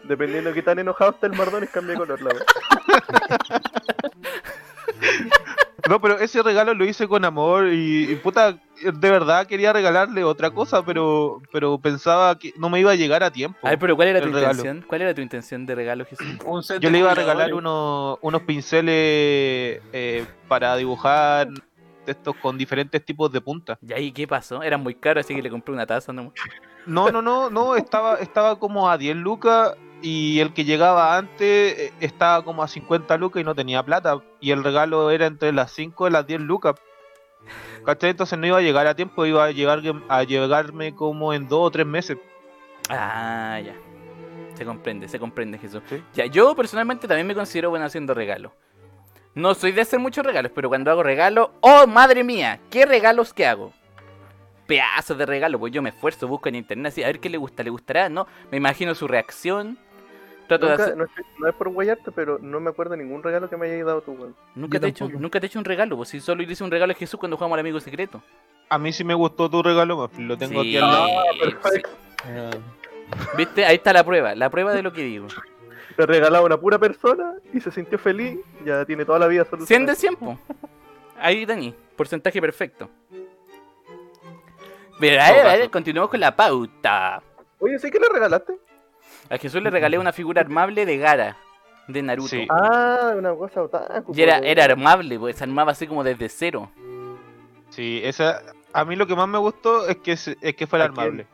B: Dependiendo de qué tan enojado está el Mardones, cambia de color la wea.
C: No, pero ese regalo lo hice con amor y, y puta, de verdad quería regalarle otra cosa, pero pero pensaba que no me iba a llegar a tiempo.
A: A ver, pero ¿cuál era tu
C: El regalo.
A: intención? ¿Cuál era tu intención de regalo, Jesús?
E: Un set
C: Yo
E: de
C: le iba a
E: cuidadores.
C: regalar unos, unos pinceles eh, para dibujar estos con diferentes tipos de punta.
A: ¿Y ahí qué pasó? Era muy caro, así que le compré una taza nomás.
C: No, no, no, no, estaba, estaba como a 10 lucas y el que llegaba antes eh, estaba como a 50 lucas y no tenía plata. Y el regalo era entre las 5 y las 10 lucas. ¿Cachai? Entonces no iba a llegar a tiempo, iba a, llegar, a llegarme como en 2 o 3 meses.
A: Ah, ya. Se comprende, se comprende, Jesús. Ya, yo personalmente también me considero bueno haciendo regalos. No soy de hacer muchos regalos, pero cuando hago regalos, ¡oh, madre mía! ¿Qué regalos que hago? Pedazos de regalo, pues yo me esfuerzo, busco en internet así, a ver qué le gusta, le gustará, ¿no? Me imagino su reacción. Trato de
B: Nunca-
A: hacer-
B: no, es, no es por guayarte, pero no me acuerdo de ningún regalo que me hayas dado tú, weón.
A: Nunca
D: Yo
A: te, he hecho,
D: tampoco.
A: nunca te he hecho un regalo, pues si solo le hice un regalo a Jesús cuando jugamos al amigo secreto.
C: A mí sí me gustó tu regalo, Mafi, lo tengo
A: Sí,
C: aquí al lado.
B: perfecto.
A: sí. ¿Viste? Ahí está la prueba, la prueba de lo que digo.
B: Te regalaba una pura persona y se sintió feliz. Ya tiene toda la vida
A: 100
B: solucionada.
A: de 100, po. Ahí, Dani, porcentaje perfecto. Pero, a ver, a ver, continuamos con la pauta.
B: Oye, ¿sí que le regalaste?
A: A Jesús le regalé una figura armable de Gara, de Naruto.
C: Sí.
B: Ah, oh. una cosa otaku.
A: Y era,
B: po.
A: era armable, pues se armaba así como desde cero.
C: Sí, esa, a mí lo que más me gustó es que, se- es que fuera
B: ¿A quién?
C: armable.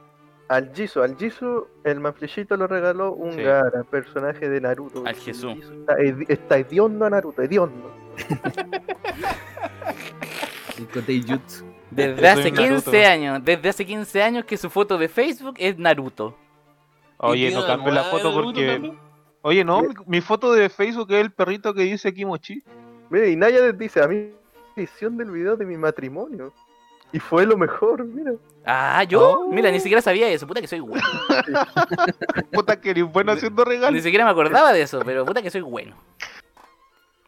B: Al Jisoo, al Jisoo, el manflechito lo regaló un
C: Sí.
B: Gara, personaje de Naruto.
A: Al
B: El
A: Jesús.
B: Jisoo Está, hedi- está hediondo a Naruto, hediondo.
D: El Kotejutsu.
A: Desde
C: Yo soy
A: hace
C: un Naruto.
A: 15 años, desde hace 15 años que su foto de Facebook es Naruto.
E: Y
C: Oye,
E: tiene
C: no cambio la
E: almohada
C: foto
E: de Naruto
C: porque...
E: también.
C: Oye, no, mi, mi foto de Facebook es el perrito que dice Kimochi.
B: Mira, y Naya les dice, a mí edición del video de mi matrimonio. Y fue lo mejor, mira.
A: Ah, yo,
C: Oh.
A: mira, ni siquiera sabía eso, puta que soy bueno.
C: Puta que eres bueno haciendo regalos.
A: Ni siquiera me acordaba de eso, pero puta que soy bueno.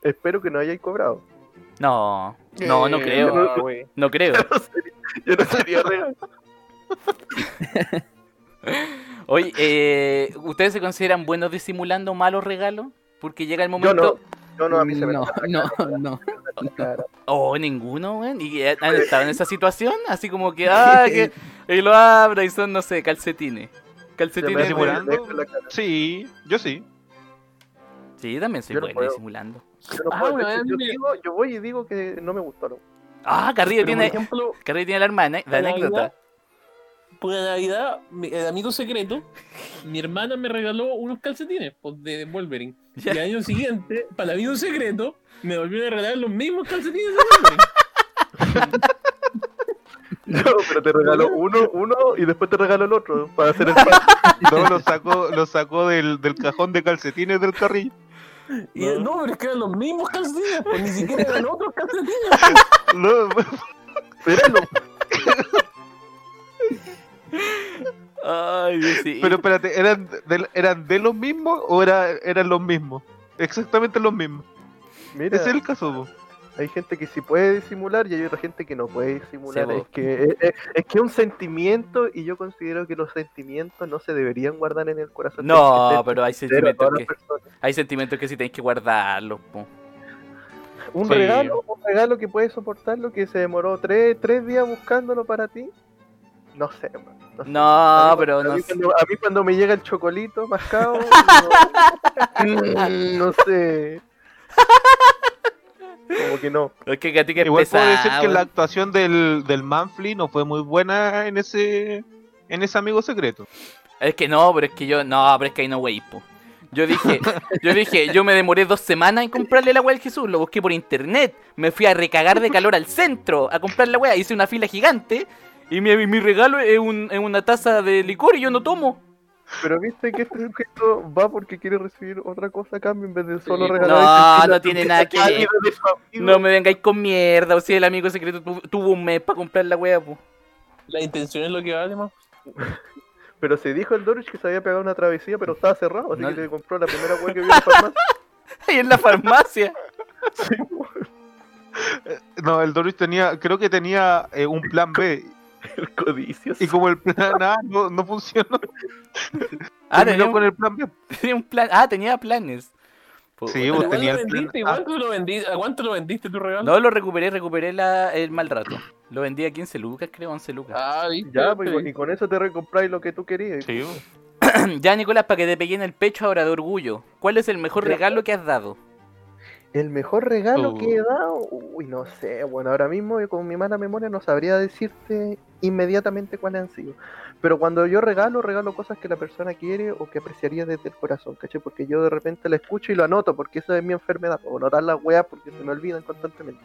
B: Espero que no hayáis cobrado.
A: No, no, no
E: Eh,
A: creo,
E: no, güey.
A: no creo.
B: Yo no sería real.
A: Oye, eh, ¿ustedes se consideran buenos disimulando malos regalos? Porque llega el
B: Yo
A: momento.
B: no. Yo no, a mí se me
D: No, no, no.
B: cara.
A: Oh, ninguno, weón. ¿Y eh, han estado en esa situación? Así como que, ah, que. Y lo abro y son, no sé, calcetines.
B: Se me
A: Calcetines.
B: hace muy
A: de-
C: disimulando.
B: lejos la cara.
C: Sí, yo sí.
A: Sí, también soy
B: Yo no
A: bueno
B: puedo.
A: disimulando.
B: Yo no
E: Ah,
B: puedo, de
E: weón,
B: hecho, yo,
E: mira.
B: digo- yo voy y digo que no me gustó. ¿no?
A: Ah, Carrillo
E: Pero, por
A: tiene,
E: ejemplo,
A: Carrillo tiene la hermana, la
E: en
A: anécdota.
E: Navidad, por la Navidad, mi- el amigo secreto, mi hermana me regaló unos calcetines pues, de Wolverine.
A: Ya.
E: Y al año siguiente, para el amigo secreto, me volvieron a regalar los mismos calcetines de Wolverine.
B: No, pero te regaló uno, uno y después te regaló el otro para hacer el pack.
C: No, lo sacó, lo sacó del, del cajón de calcetines del carril.
E: Y, eh, no, pero es que eran los mismos calcetines, pues ni siquiera eran otros calcetines.
C: No,
B: Pero no,
A: Ay, Dios, sí.
C: Pero espérate, ¿eran de, eran de los mismos o era, eran los mismos? Exactamente los mismos.
B: Mira,
C: Ese es el caso, po.
B: hay gente que sí puede disimular y hay otra gente que no puede disimular.
A: Sí, po.
B: es que es, es- es que es un sentimiento y yo considero que los sentimientos no se deberían guardar en el corazón.
A: No,
B: este,
A: pero hay
B: Tienen que ser
A: sentimientos
B: sincero a todas
A: que,
B: las personas.
A: hay sentimientos que sí tenéis que guardarlos. po.
B: Un
E: Sí.
B: regalo, un regalo que puedes soportarlo, que se demoró tres, tres días buscándolo para ti. No sé, man, no sé. A
A: No,
B: mí
A: pero
B: cuando- a
A: no
B: mí,
A: sé.
B: cuando, a mí cuando me llega el chocolito mascado, no, Mm, no sé. Como que no.
A: Es que Gatica es
C: Igual puedo decir
A: pesado. eh.
C: que la actuación del, del Manfly no fue muy buena en ese en ese amigo secreto.
A: Es que no, pero es que yo. No, pero es que ahí no wey, po. Yo dije, yo dije, yo me demoré dos semanas en comprarle la weá al Jesús, lo busqué por internet, me fui a recagar de calor al centro a comprar la weá, hice una fila gigante y mi, mi regalo es, un- es una taza de licor y yo no tomo.
B: Pero viste que este sujeto va porque quiere recibir otra cosa a cambio en vez de solo
E: Sí.
B: regalar.
A: No,
B: ese
A: no
B: chocolate
A: tiene nada que
B: al
A: ver.
B: amigo de su amigo.
A: No me vengáis con mierda, o sea, el amigo secreto tu- tuvo un mes para comprar la weá, po.
E: La intención es lo que vale más.
B: Pero se dijo el Doruch que se había pegado una travesía, pero estaba cerrado, así
A: No.
B: que le compró la primera hueá que vio en la farmacia.
A: Ahí en la farmacia.
C: No, el Doris tenía, creo que tenía eh, un plan B.
B: El codicio.
C: Y como el plan A no, no funcionó,
A: Ah, tenía
C: terminó
A: un,
C: con el plan B.
A: tenía un plan. Ah, tenía planes. Po,
C: Sí,
E: Pero
C: vos
E: igual
C: tenías
E: lo
C: pues, el
E: vendiste,
C: plan Ah.
E: igual tú lo vendiste. ¿A cuánto lo vendiste tu regalo?
A: No, lo recuperé, recuperé la, el mal rato. Lo vendí a 15 lucas, creo, 11 lucas.
E: Ah, viste.
B: Ya, pues, y con eso te recompráis lo que tú querías.
C: Sí, bo.
A: Ya, Nicolás, para que te pegué en el pecho ahora de orgullo. ¿Cuál es el mejor
B: Ya.
A: regalo que has dado?
B: El mejor regalo
C: Oh.
B: que he dado, uy, no sé, bueno, ahora mismo yo con mi mala memoria no sabría decirte inmediatamente cuáles han sido. Pero cuando yo regalo, regalo cosas que la persona quiere o que apreciaría desde el corazón, ¿cachai? Porque yo de repente la escucho y lo anoto, porque esa es mi enfermedad, o anotar las weas porque se me olvidan constantemente.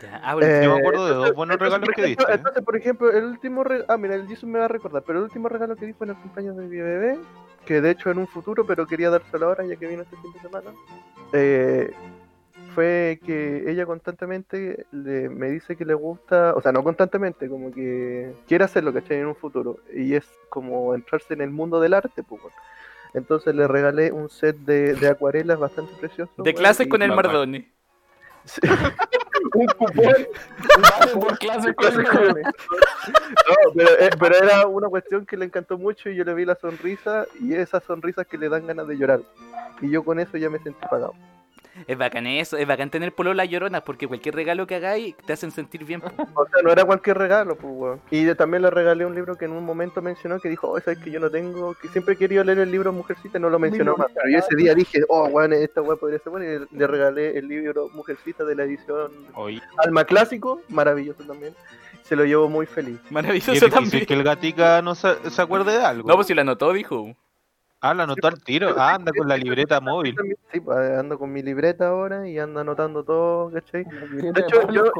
A: Ya, ah, bueno,
B: Eh,
C: yo me acuerdo de dos
B: entonces-
C: buenos
B: entonces,
C: regalos
B: por
C: que
B: ejemplo-
C: diste. ¿eh?
B: Entonces, por ejemplo, el último regalo, ah, mira, el Jesus me va a recordar, pero el último regalo que di fue en el cumpleaños de mi bebé, que de hecho en un futuro, pero quería dárselo ahora ya que vino este fin de semana, eh, fue que ella constantemente le- me dice que le gusta, o sea, no constantemente, como que quiere hacerlo, ¿cachai? En un futuro, y es como entrarse en el mundo del arte, pues. bueno. Entonces le regalé un set de, de acuarelas bastante precioso.
A: de
B: weón,
A: clases
B: y-
A: con el
C: la-
A: Mardoni.
B: un cupón
E: Vale por clase con
B: Clases con él. No, pero, eh, pero era una cuestión que le encantó mucho y yo le vi la sonrisa y esas sonrisas que le dan ganas de llorar. Y yo con eso ya me sentí pagado.
A: Es bacán eso, es bacán tener polola llorona porque cualquier regalo que hagáis te hacen sentir bien. po.
B: O sea, no era cualquier regalo, pues, weón. Y yo también le regalé un libro que en un momento mencionó que dijo, oh, sabes que yo no tengo, que siempre he querido leer el libro Mujercita, no lo mencionó más. Pero yo ese día dije, oh, weón, esta weón podría ser buena y le- le regalé el libro Mujercita de la edición
C: Oye,
B: Alma Clásico, maravilloso también. Se lo llevo muy feliz.
A: Maravilloso
C: y es
A: también.
C: difícil que el gatica no se, se acuerde de algo.
A: No, pues si lo anotó, dijo.
C: Ah, la anotó al tiro. Ah, anda con la libreta móvil.
B: También, Sí, pues, ando con mi libreta ahora y ando anotando todo, ¿cachai? De
E: De
B: hecho, yo, de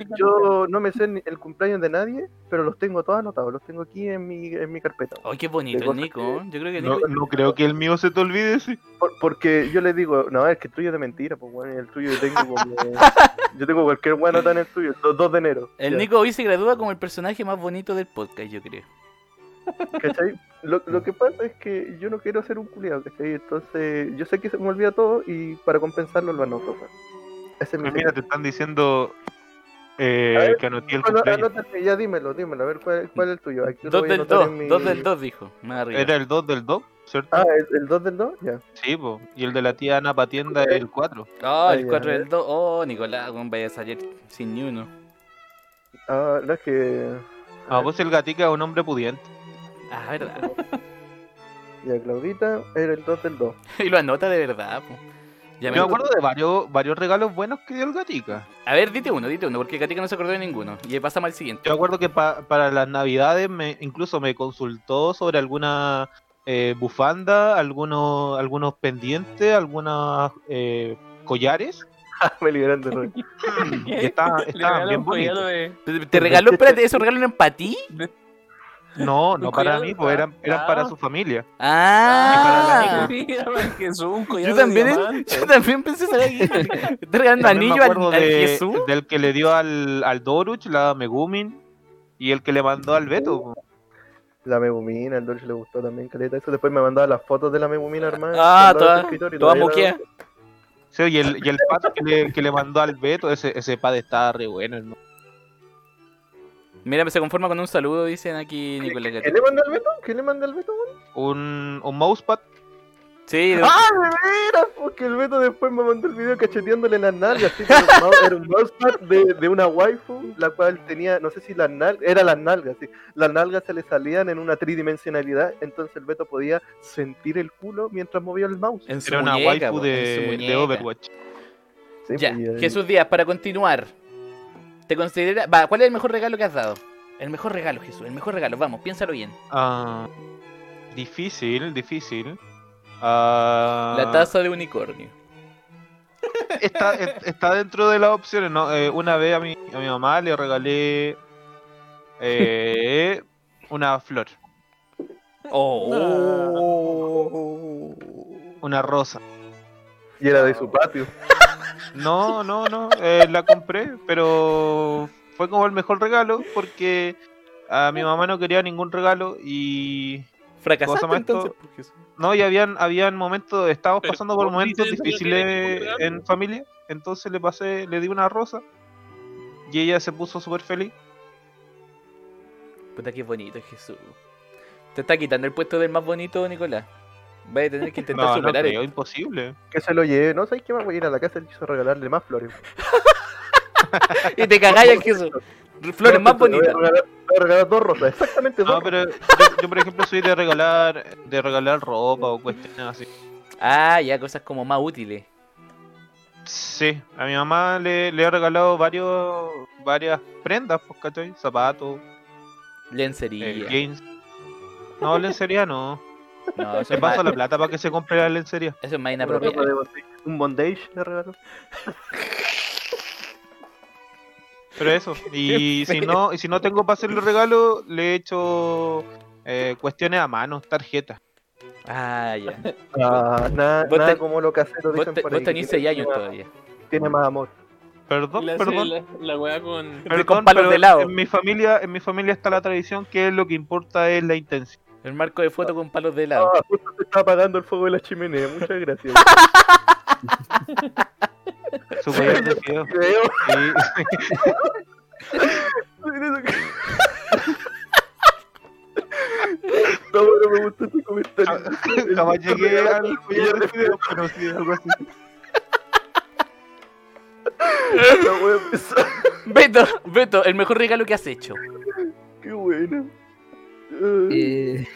B: hecho, yo no me sé ni el cumpleaños de nadie, pero los tengo todos anotados, los tengo aquí en mi, en mi carpeta.
A: Ay, qué bonito el Nico. ¿eh? Yo creo que
C: No,
A: Nico.
C: no creo que el mío se te olvide, sí.
B: Por- porque yo les digo, no, es que el tuyo es de mentira, pues bueno, el tuyo yo tengo como... yo tengo cualquier buena nota en el tuyo, el 2 de enero.
A: El
B: Ya,
A: Nico hoy se gradúa como el personaje más bonito del podcast, yo creo.
B: ¿cachai? Lo, lo que pasa es que yo no quiero ser un culiado, ¿cachai? Entonces, yo sé que se me olvida todo y para compensarlo lo anoto, pues. Ese es mi
C: Pues mira, te están diciendo eh,
B: A ver,
C: que anoté el
B: Bueno,
C: cumpleaños.
B: anótate, ya dímelo, dímelo, a ver cuál, cuál es el tuyo. Aquí lo
A: Dos
B: voy a
A: del
B: anotar
A: dos,
B: en mi-
A: dos del dos, dijo. Más arriba.
C: Era el 2 del 2, ¿cierto?
B: Ah, el, el 2 del 2, ya.
C: Sí, po. y el de la tía Ana Patienda es el 4.
A: Ah,
B: Ah,
A: el
B: ya,
A: 4
B: a
A: del
B: ver.
A: 2. Oh, Nicolás, weón, vaya a salir sin ni uno.
B: Ah, no es que.
C: A Ah, vos el gatica es un hombre pudiente.
A: Ah, verdad.
B: Ya, Claudita, era el 2 del 2.
A: y lo anota de verdad, po. Ya
C: Yo
A: me-
C: me acuerdo de varios, varios regalos buenos que dio el gatica.
A: A ver, dite uno, dite uno, porque Gatica no se acordó de ninguno. Y pasamos al siguiente.
C: Yo me acuerdo que pa- para las navidades me incluso me consultó sobre alguna eh, bufanda, algunos, algunos pendientes, algunos eh, collares.
A: Ah,
B: Me liberan de rollo.
C: Y estaban, estaban bien bonitos.
E: de...
A: ¿Te,
C: pues,
A: te regaló, espérate, ¿eso regalo eran para ti?
C: No,
E: Un
C: no para
E: collado,
C: mí, pues eran, eran
E: ah.
C: para su familia.
A: Ah,
E: para la Jesús, un collado
A: yo también, ¿eh?
E: de diamantes.
A: yo también pensé eso ahí. ¿Te regalando
C: También me
A: anillo al,
C: acuerdo
A: al
C: de-
A: Jesús?
C: Del que le dio al, al Doruch, la Megumin. Y el que le mandó al Beto.
A: Oh.
C: po.
B: La Megumina, el Dolce le gustó también, caleta. Eso después me mandaba las fotos de la Megumina, hermano.
A: Ah,
B: al lado del
A: toda,
B: escritorio,
A: toda
B: todavía la-
A: moquea.
C: Sí, y el, y el pato que le, que le mandó al Beto, ese, ese pad estaba re bueno, hermano.
A: Mira, se conforma con un saludo, dicen aquí Nicolás
B: ¿Qué
A: Gatica.
B: le manda al Beto? ¿Qué le manda al Beto, weón?
C: Un, un mousepad.
A: Sí, de-
B: ¡Ah, de veras! Porque el Beto después me mandó el video cacheteándole las nalgas. Así que era un mouse- era un mousepad de, de una waifu, la cual tenía, no sé si las nalgas, era las nalgas, sí. Las nalgas se le salían en una tridimensionalidad, entonces el Beto podía sentir el culo mientras movía el mouse.
A: en su
C: Era una
A: muñeca,
C: waifu
A: po, en su
C: de, de
A: muñeca.
C: Overwatch.
B: Sí,
A: Ya,
B: pues, y el-
A: Jesús Díaz, para continuar. ¿Te considera... Va, ¿cuál es el mejor regalo que has dado? El mejor regalo, Jesús, el mejor regalo. Vamos, piénsalo bien.
C: Ah, difícil, difícil. Ah,
A: La taza de unicornio.
C: está, es- está dentro de las opciones, ¿no? Eh, una vez a mi, a mi mamá le regalé eh, una flor,
A: Ah. Oh.
C: una rosa.
B: y era de su patio.
C: No, no, no, eh, la compré, pero fue como el mejor regalo porque a mi mamá no quería ningún regalo y
A: Fracasaste
C: Cosa más
A: entonces, pues, por Jesús.
C: no, y habían habían momentos, estábamos
E: Pero
C: pasando por
E: ¿cómo
C: momentos
E: dices no quieres
C: difíciles
E: ningún regalo?
C: en familia, entonces le pasé, le di una rosa y ella se puso súper feliz.
A: Puta, qué bonito, Jesús. Te está quitando el puesto del más bonito, Nicolás. Vaya a tener que intentar
C: No, no
A: superar
C: creo,
A: esto.
C: imposible.
B: Que se lo lleve, no sé qué más voy a ir a la casa, él quiso regalarle más flores.
A: Y te cagáis al Jesús. Flores
B: No,
A: más
B: pues, le voy a
A: bonitas.
B: regalar- le voy a regalar dos rosas, exactamente dos.
C: No, Ah, pero yo, yo, por ejemplo soy de regalar de regalar ropa o cuestiones así.
A: Ah, ya, cosas como más útiles.
C: Sí, a mi mamá le, le he regalado varios varias prendas, pues, ¿cachai? Zapatos,
A: Lencería.
C: eh, jeans. No, lencería no.
A: No, eso
C: Le
A: es, más,
C: paso la plata para que se compre la lencería.
A: eso es más
B: Una ropa
A: inapropiado.
B: de bondage, Un bondage le regaló.
C: Pero eso, y si no y si no tengo para hacerle regalo, le he hecho eh, cuestiones a mano, tarjetas.
A: Ah, ya.
B: Ah, nada,
A: Vos
B: nada
A: ten-
B: como lo casero
A: Vos,
B: dicen
A: te-
B: por
A: vos
B: ahí, Ah.
A: tenís
B: tiene
A: 6 años
B: más-
A: todavía.
B: Tiene más amor.
C: Perdón,
E: Le hace
C: perdón.
E: la, la weá con.
A: con
C: Perdón,
A: palos
C: pero
A: de lado.
C: en mi familia, en mi familia está la tradición que lo que importa es la intención.
A: El marco de foto con palos de helado.
B: Ah, justo se está apagando el fuego de la chimenea. Muchas gracias.
C: Super decidido.
B: Creo.
C: Sí.
B: No, pero me gustó este comentario.
C: Jamás llegué al
B: Yo
C: collar de
B: le
C: fideo, pero sí, algo así.
B: la wea pesada.
A: Beto, Beto, el mejor regalo que has hecho.
B: Qué buena. Ah,
D: Eh,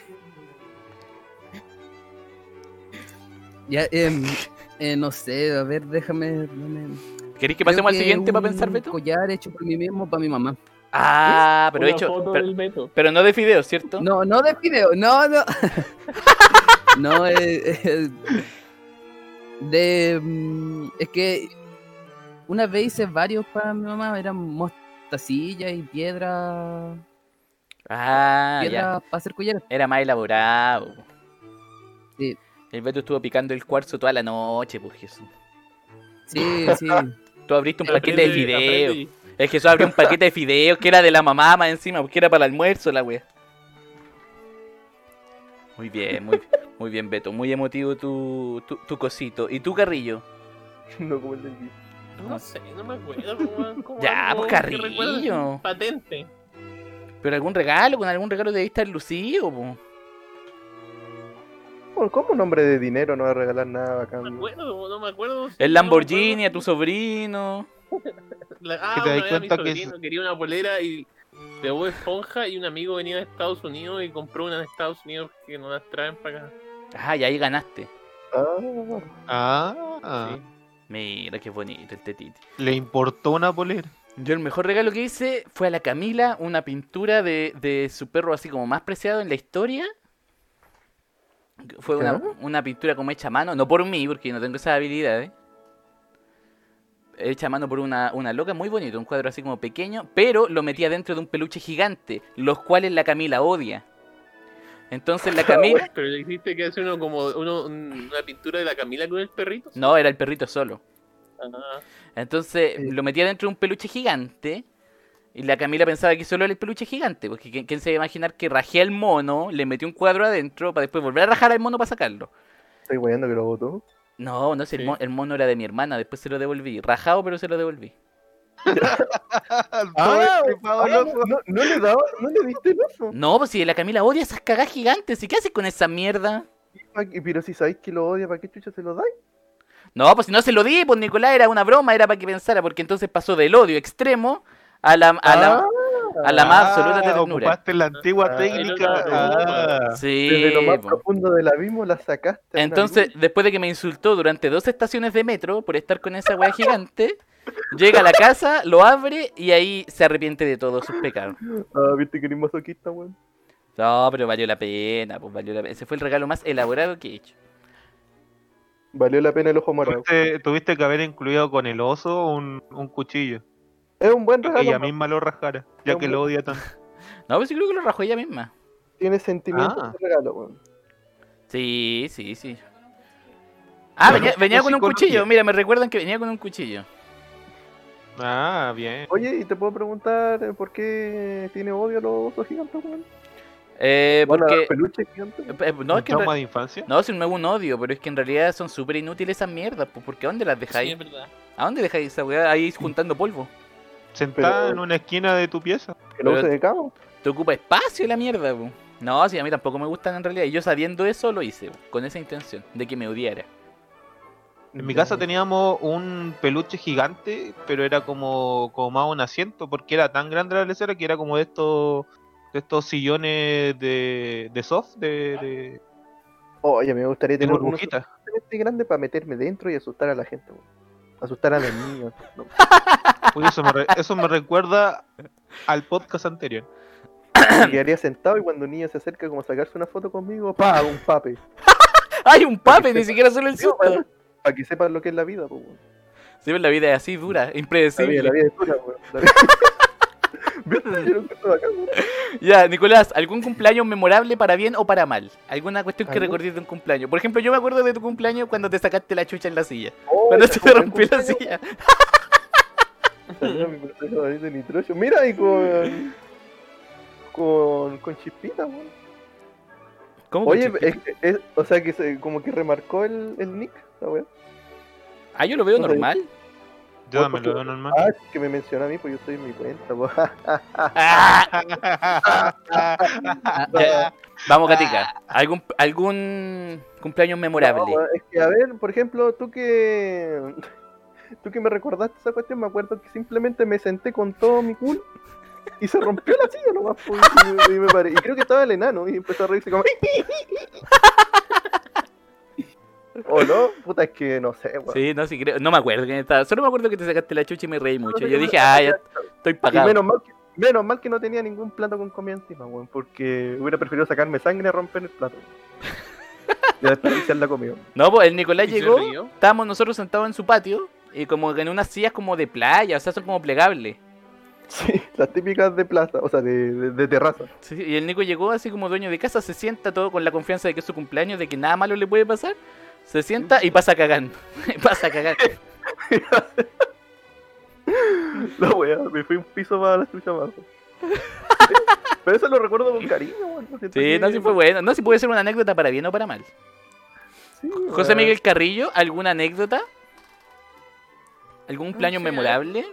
D: Ya, em, eh, no sé, a ver, déjame. dame-
A: ¿Queréis que
D: creo
A: pasemos al
D: que
A: siguiente para
D: un
A: pensar, Beto?
D: collar hecho por mí mismo, para mi mamá.
A: Ah, pero
E: una
A: hecho.
E: foto
A: pero-
E: del Beto.
A: Pero no de fideos, ¿cierto?
D: No, no de video, no, no. no, eh, eh, de. mm, Es que una vez hice varios para mi mamá, eran mostacillas y piedra.
A: Ah, ya.
D: piedra para hacer collares.
A: Era más elaborado.
D: Sí.
A: El Beto estuvo picando el cuarzo toda la noche, pues Jesús.
D: Sí, sí.
A: Tú abriste un paquete de
E: Aprende-
A: fideos.
E: aprende.
A: El Jesús abrió un paquete de fideos que era de la mamá más encima, porque era para el almuerzo la wea. Muy bien, muy, muy bien, Beto. Muy emotivo tu, tu, tu cosito. ¿Y tú, Carrillo?
B: No, como el del-
E: No sé, no me acuerdo. Cómo, cómo
A: Ya,
E: algo
A: pues,
E: que recuerde
A: Carrillo.
E: Patente.
A: ¿Pero algún regalo? ¿Con algún regalo de vista lucido? po?
B: Bueno, ¿Cómo un hombre de dinero no va a regalar nada bacán?
C: Ah,
E: No me acuerdo, no me acuerdo.
A: El
E: No me
A: Lamborghini a tu sobrino.
E: La- Ah,
C: Que te das
E: una vez a mi
C: cuenta que
E: sobrino quería una polera y de Bob Esponja y un amigo venía de Estados Unidos y compró una de Estados Unidos que no las traen para acá.
A: Ah, y ahí ganaste.
B: Ah,
C: Ah,
E: Sí.
A: Mira, qué bonito el tetite.
C: le importó una polera.
A: Yo el mejor regalo que hice fue a la Camila una pintura de, de su perro así como más preciado en la historia. Fue una,
B: ¿Ya?
A: una pintura como hecha a mano, no por mí, porque yo no tengo esas habilidades. Hecha a mano por una, una loca, muy bonito, un cuadro así como pequeño, pero lo metía dentro de un peluche gigante, los cuales la Camila odia. Entonces la Camila...
E: Pero le hiciste que hace uno como uno, un- una pintura de la Camila con el perrito.
A: No, era el perrito solo.
E: Ah,
A: Entonces
B: Sí.
A: lo metía dentro de un peluche gigante Y la Camila pensaba que solo era el peluche gigante, porque ¿quién, quién se iba a imaginar que rajé al mono, le metió un cuadro adentro para después volver a rajar al mono para sacarlo?
B: Estoy weando que lo votó.
A: No, no sé, el,
E: Sí.
A: mo- el mono era de mi hermana, después se lo devolví. Rajado, pero se lo devolví.
C: Al
B: Ah, ah,
C: pobre Pablo.
B: no, no, no le daba, no le diste el oso.
A: No, pues si la Camila odia esas cagas gigantes, ¿y qué haces con esa mierda?
B: Pa' que- Pero si sabéis que lo odia, ¿para qué chucha se lo dais?
A: No, pues si no se lo di, pues Nicolás era una broma, era para que pensara, porque entonces pasó del odio extremo a la, a la, a la más absoluta
C: Ah,
A: ternura.
C: Ocupaste la antigua
B: Ah,
C: técnica.
E: era-
C: Ah.
A: Sí.
B: Desde lo más
A: po.
B: profundo del abismo la sacaste. a un
A: Entonces,
B: abismo.
A: después de que me insultó durante dos estaciones de metro por estar con esa weá gigante, llega a la casa, lo abre y ahí se arrepiente de todos sus pecados.
B: Ah, viste que eres masoquista, weón.
A: No, pero valió la pena, pues valió la pena. Ese fue el regalo más elaborado que he hecho.
B: Valió la pena el ojo morado.
C: Tuviste, tuviste que haber incluido con el oso un, un cuchillo.
B: Es un buen
C: Que
B: regalo.
C: ella
B: man.
C: misma lo rajara, ya que lo odia tanto.
A: No, pues yo creo que lo rajó ella misma.
B: Tiene sentimiento
C: Ah.
B: ese regalo, weón.
A: Sí, sí, sí. Ah, venía, venía con un cuchillo. Mira, me recuerdan que venía con un cuchillo.
C: Ah, bien.
B: Oye, y te puedo preguntar eh, por qué tiene odio a los osos gigantes, weón.
A: Eh,
B: Bueno, a los
A: porque...
B: peluches gigantes. weón.
A: eh, No,
C: ¿Un
A: es que en
C: trauma
A: re-
C: de infancia?
A: no, si no es un odio, pero es que en realidad son súper inútiles esas mierdas, pues, porque ¿a dónde las
E: Sí,
A: dejáis?
E: es verdad.
A: ¿A dónde dejáis esa weá ahí juntando polvo?
C: Sentada
B: Pero-
C: en una esquina de tu pieza.
B: Que lo
A: pero-
B: use de cabo.
A: Te ocupa espacio la mierda, po. No, sí, a mí tampoco me gustan en realidad. Y yo sabiendo eso lo hice, po, con esa intención, de que me odiara.
C: En mi casa teníamos un peluche gigante, pero era como, como más un asiento, porque era tan grande la lesera que era como de estos, de estos sillones de, de soft, de, de,
B: Oye, me gustaría
C: de
B: tener uno
C: burbujitas.
B: suficientemente grande para meterme dentro y asustar a la gente, weón. Asustar a los niños. ¿no?
C: Uy, eso, me re- eso me recuerda al podcast anterior.
B: Me quedaría sentado y cuando un niño se acerca como a sacarse una foto conmigo, pa, un pape.
A: ¡Ay, un pape!
B: Porque
A: Ni
B: se-
A: siquiera solo el
B: Digo,
A: susto.
B: Para que sepan lo que es la vida, pues, weón.
A: Sí, pues, la vida es así, dura,
B: La vida, la
A: impredecible.
B: vida es dura, weón. La vida- ¿Viste? Yo lo encuentro bacán, weón.
A: Ya, Nicolás, ¿algún cumpleaños memorable para bien o para mal? ¿Alguna cuestión que
B: ¿Algún?
A: recordes de un cumpleaños? Por ejemplo, yo me acuerdo de tu cumpleaños cuando te sacaste la chucha en la silla.
B: Oh,
A: Cuando
B: ya,
A: se te
B: como
A: rompió la
B: cumpleaños,
A: silla.
B: salió mi cumpleaños favorito de Nitroyo. Mira, y con. Con, con chispita, weón.
A: ¿Cómo que
B: Oye,
A: chiste?
B: es, es- o sea que se, como que remarcó el, el nick, la weá.
A: Ah, yo lo veo
B: no sé.
A: normal.
C: Yo
B: Oye,
C: también lo
B: porque-
C: veo normal.
B: Ah, que me menciona a mí, pues yo estoy en mi cuenta, po.
A: Ah,
D: Ah,
A: ya. Vamos, Gatica. ¿Algún, algún cumpleaños memorable?
B: No, weón, es que, a ver, por ejemplo, tú que. Tú que me recordaste esa cuestión, me acuerdo que simplemente me senté con todo mi culo y se rompió la silla nomás, po, y, y me paré. Y creo que estaba el enano y empezó a reírse como. o no, puta, es que no sé, weón.
A: Sí, no, sí creo. No me acuerdo quién estaba. Solo me acuerdo que te sacaste la chucha y me reí mucho. Yo dije, ah, ya estoy
B: Y
A: pagado.
B: menos mal, que, menos mal que no tenía ningún plato con comida encima, weón, porque hubiera preferido sacarme sangre a romper el plato. y a desperdiciar la comida.
A: No, pues el Nicolás
E: Y se
A: llegó,
E: rió.
A: estábamos nosotros sentados en su patio y como en unas sillas como de playa, o sea, son como plegables.
B: Sí, las típicas de plaza, o sea, de, de- de terraza.
A: Sí, y el Nico llegó así como dueño de casa, se sienta todo con la confianza de que es su cumpleaños, de que nada malo le puede pasar. Se sienta y pasa cagando. pasa cagando.
B: La weá, me fui un piso más a la chucha más. Pero eso lo recuerdo con cariño, weón. lo siento
A: Sí,
B: que-
A: no, sí fue bueno. No, si puede ser una anécdota para bien o para mal.
B: Sí, weón.
A: José Miguel Carrillo, ¿alguna anécdota? ¿Algún cumpleaños
E: sé,
A: memorable?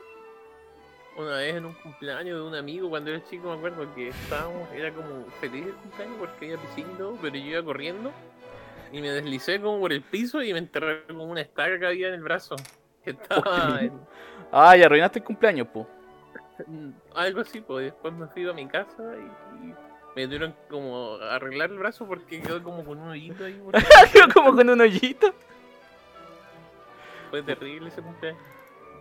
E: una vez en un cumpleaños de un amigo cuando era chico, me acuerdo que estábamos, era como feliz el cumpleaños porque había piscino, pero yo iba corriendo y me deslicé como por el piso y me enterré como una estaca que había en el brazo. Que estaba en-
A: Ay, arruinaste el cumpleaños, po.
E: Mm, algo así, pues después me fui a mi casa y, y me tuvieron como a arreglar el brazo porque quedó como con un hoyito ahí. por-
A: Quedó como con un hoyito.
E: Fue terrible ese cumpleaños.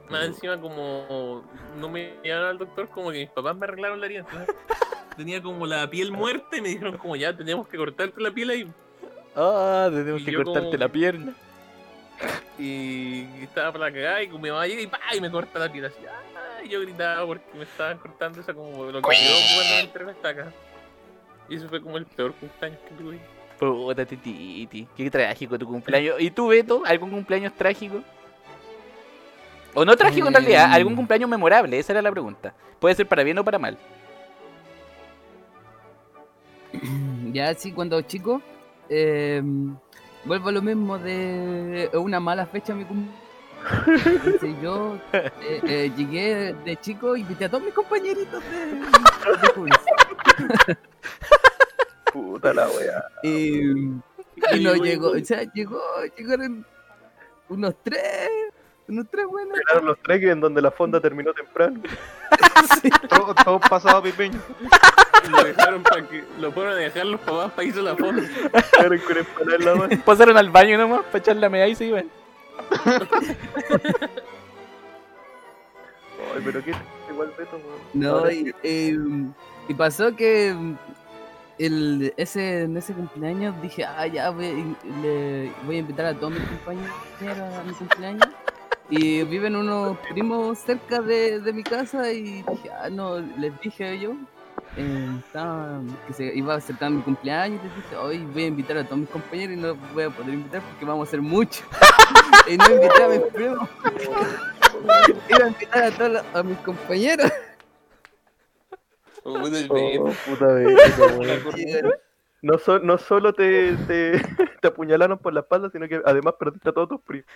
E: Más encima como no me llevaron al doctor, como que mis papás me arreglaron la herida. entonces tenía como la piel muerta y me dijeron como ya tenemos que cortarte la piel ahí.
A: Ah, tenemos
E: Y
A: que
E: yo
A: cortarte
E: como-
A: la pierna.
E: Y estaba para la cagada y mi mamá llega y, ¡pah! y me corta la piel así. ¡ah! Y yo gritaba porque me estaban cortando esa como lo que quedó cuando me entré en la estaca. Y eso fue como el peor cumpleaños que tuve.
A: Puta, tititi, qué trágico tu cumpleaños. ¿Y tú, Beto? ¿Algún cumpleaños trágico? O no trágico en
D: Mm.
A: realidad, algún cumpleaños memorable, esa era la pregunta. Puede ser para bien o para mal.
D: Mm, Ya sí, cuando chico, eh, vuelvo a lo mismo de una mala fecha mi cumpleaños. Entonces yo eh, eh, llegué de chico y invité a todos mis compañeritos de, de curso.
B: Puta la wea.
D: Y, y no llegó, o sea, llegó, llegaron unos tres, unos tres buenos.
B: Llegaron los tres en donde la fonda terminó temprano. Ah,
C: Todo, todo pasado pipeño.
E: Lo dejaron para que lo fueron a dejar los papás para irse a la foto.
B: Llegaron con empanada en la mano.
A: Pasaron al baño nomás para echar la media y se iban.
B: Ay, pero qué igual Beto, weón.
D: No,
B: Ahora
D: y, em, y pasó que em, el, ese, en ese cumpleaños dije, ah, ya voy, a in- le- voy a invitar a todos mis compañeros a mi cumpleaños. Y viven unos primos cerca de, de mi casa y dije, ah, no, les dije yo em, estaba- que se iba a acercar mi cumpleaños y les dije, hoy voy a invitar a todos mis compañeros y no los voy a poder invitar porque vamos a ser muchos. y no invité a mis primos. Iba a invitar a todos los- a mis compañeros.
B: Oh, puta Beto, weón. No, so- no solo te, te, te apuñalaron por la espalda, sino que además perdiste a todos tus primos.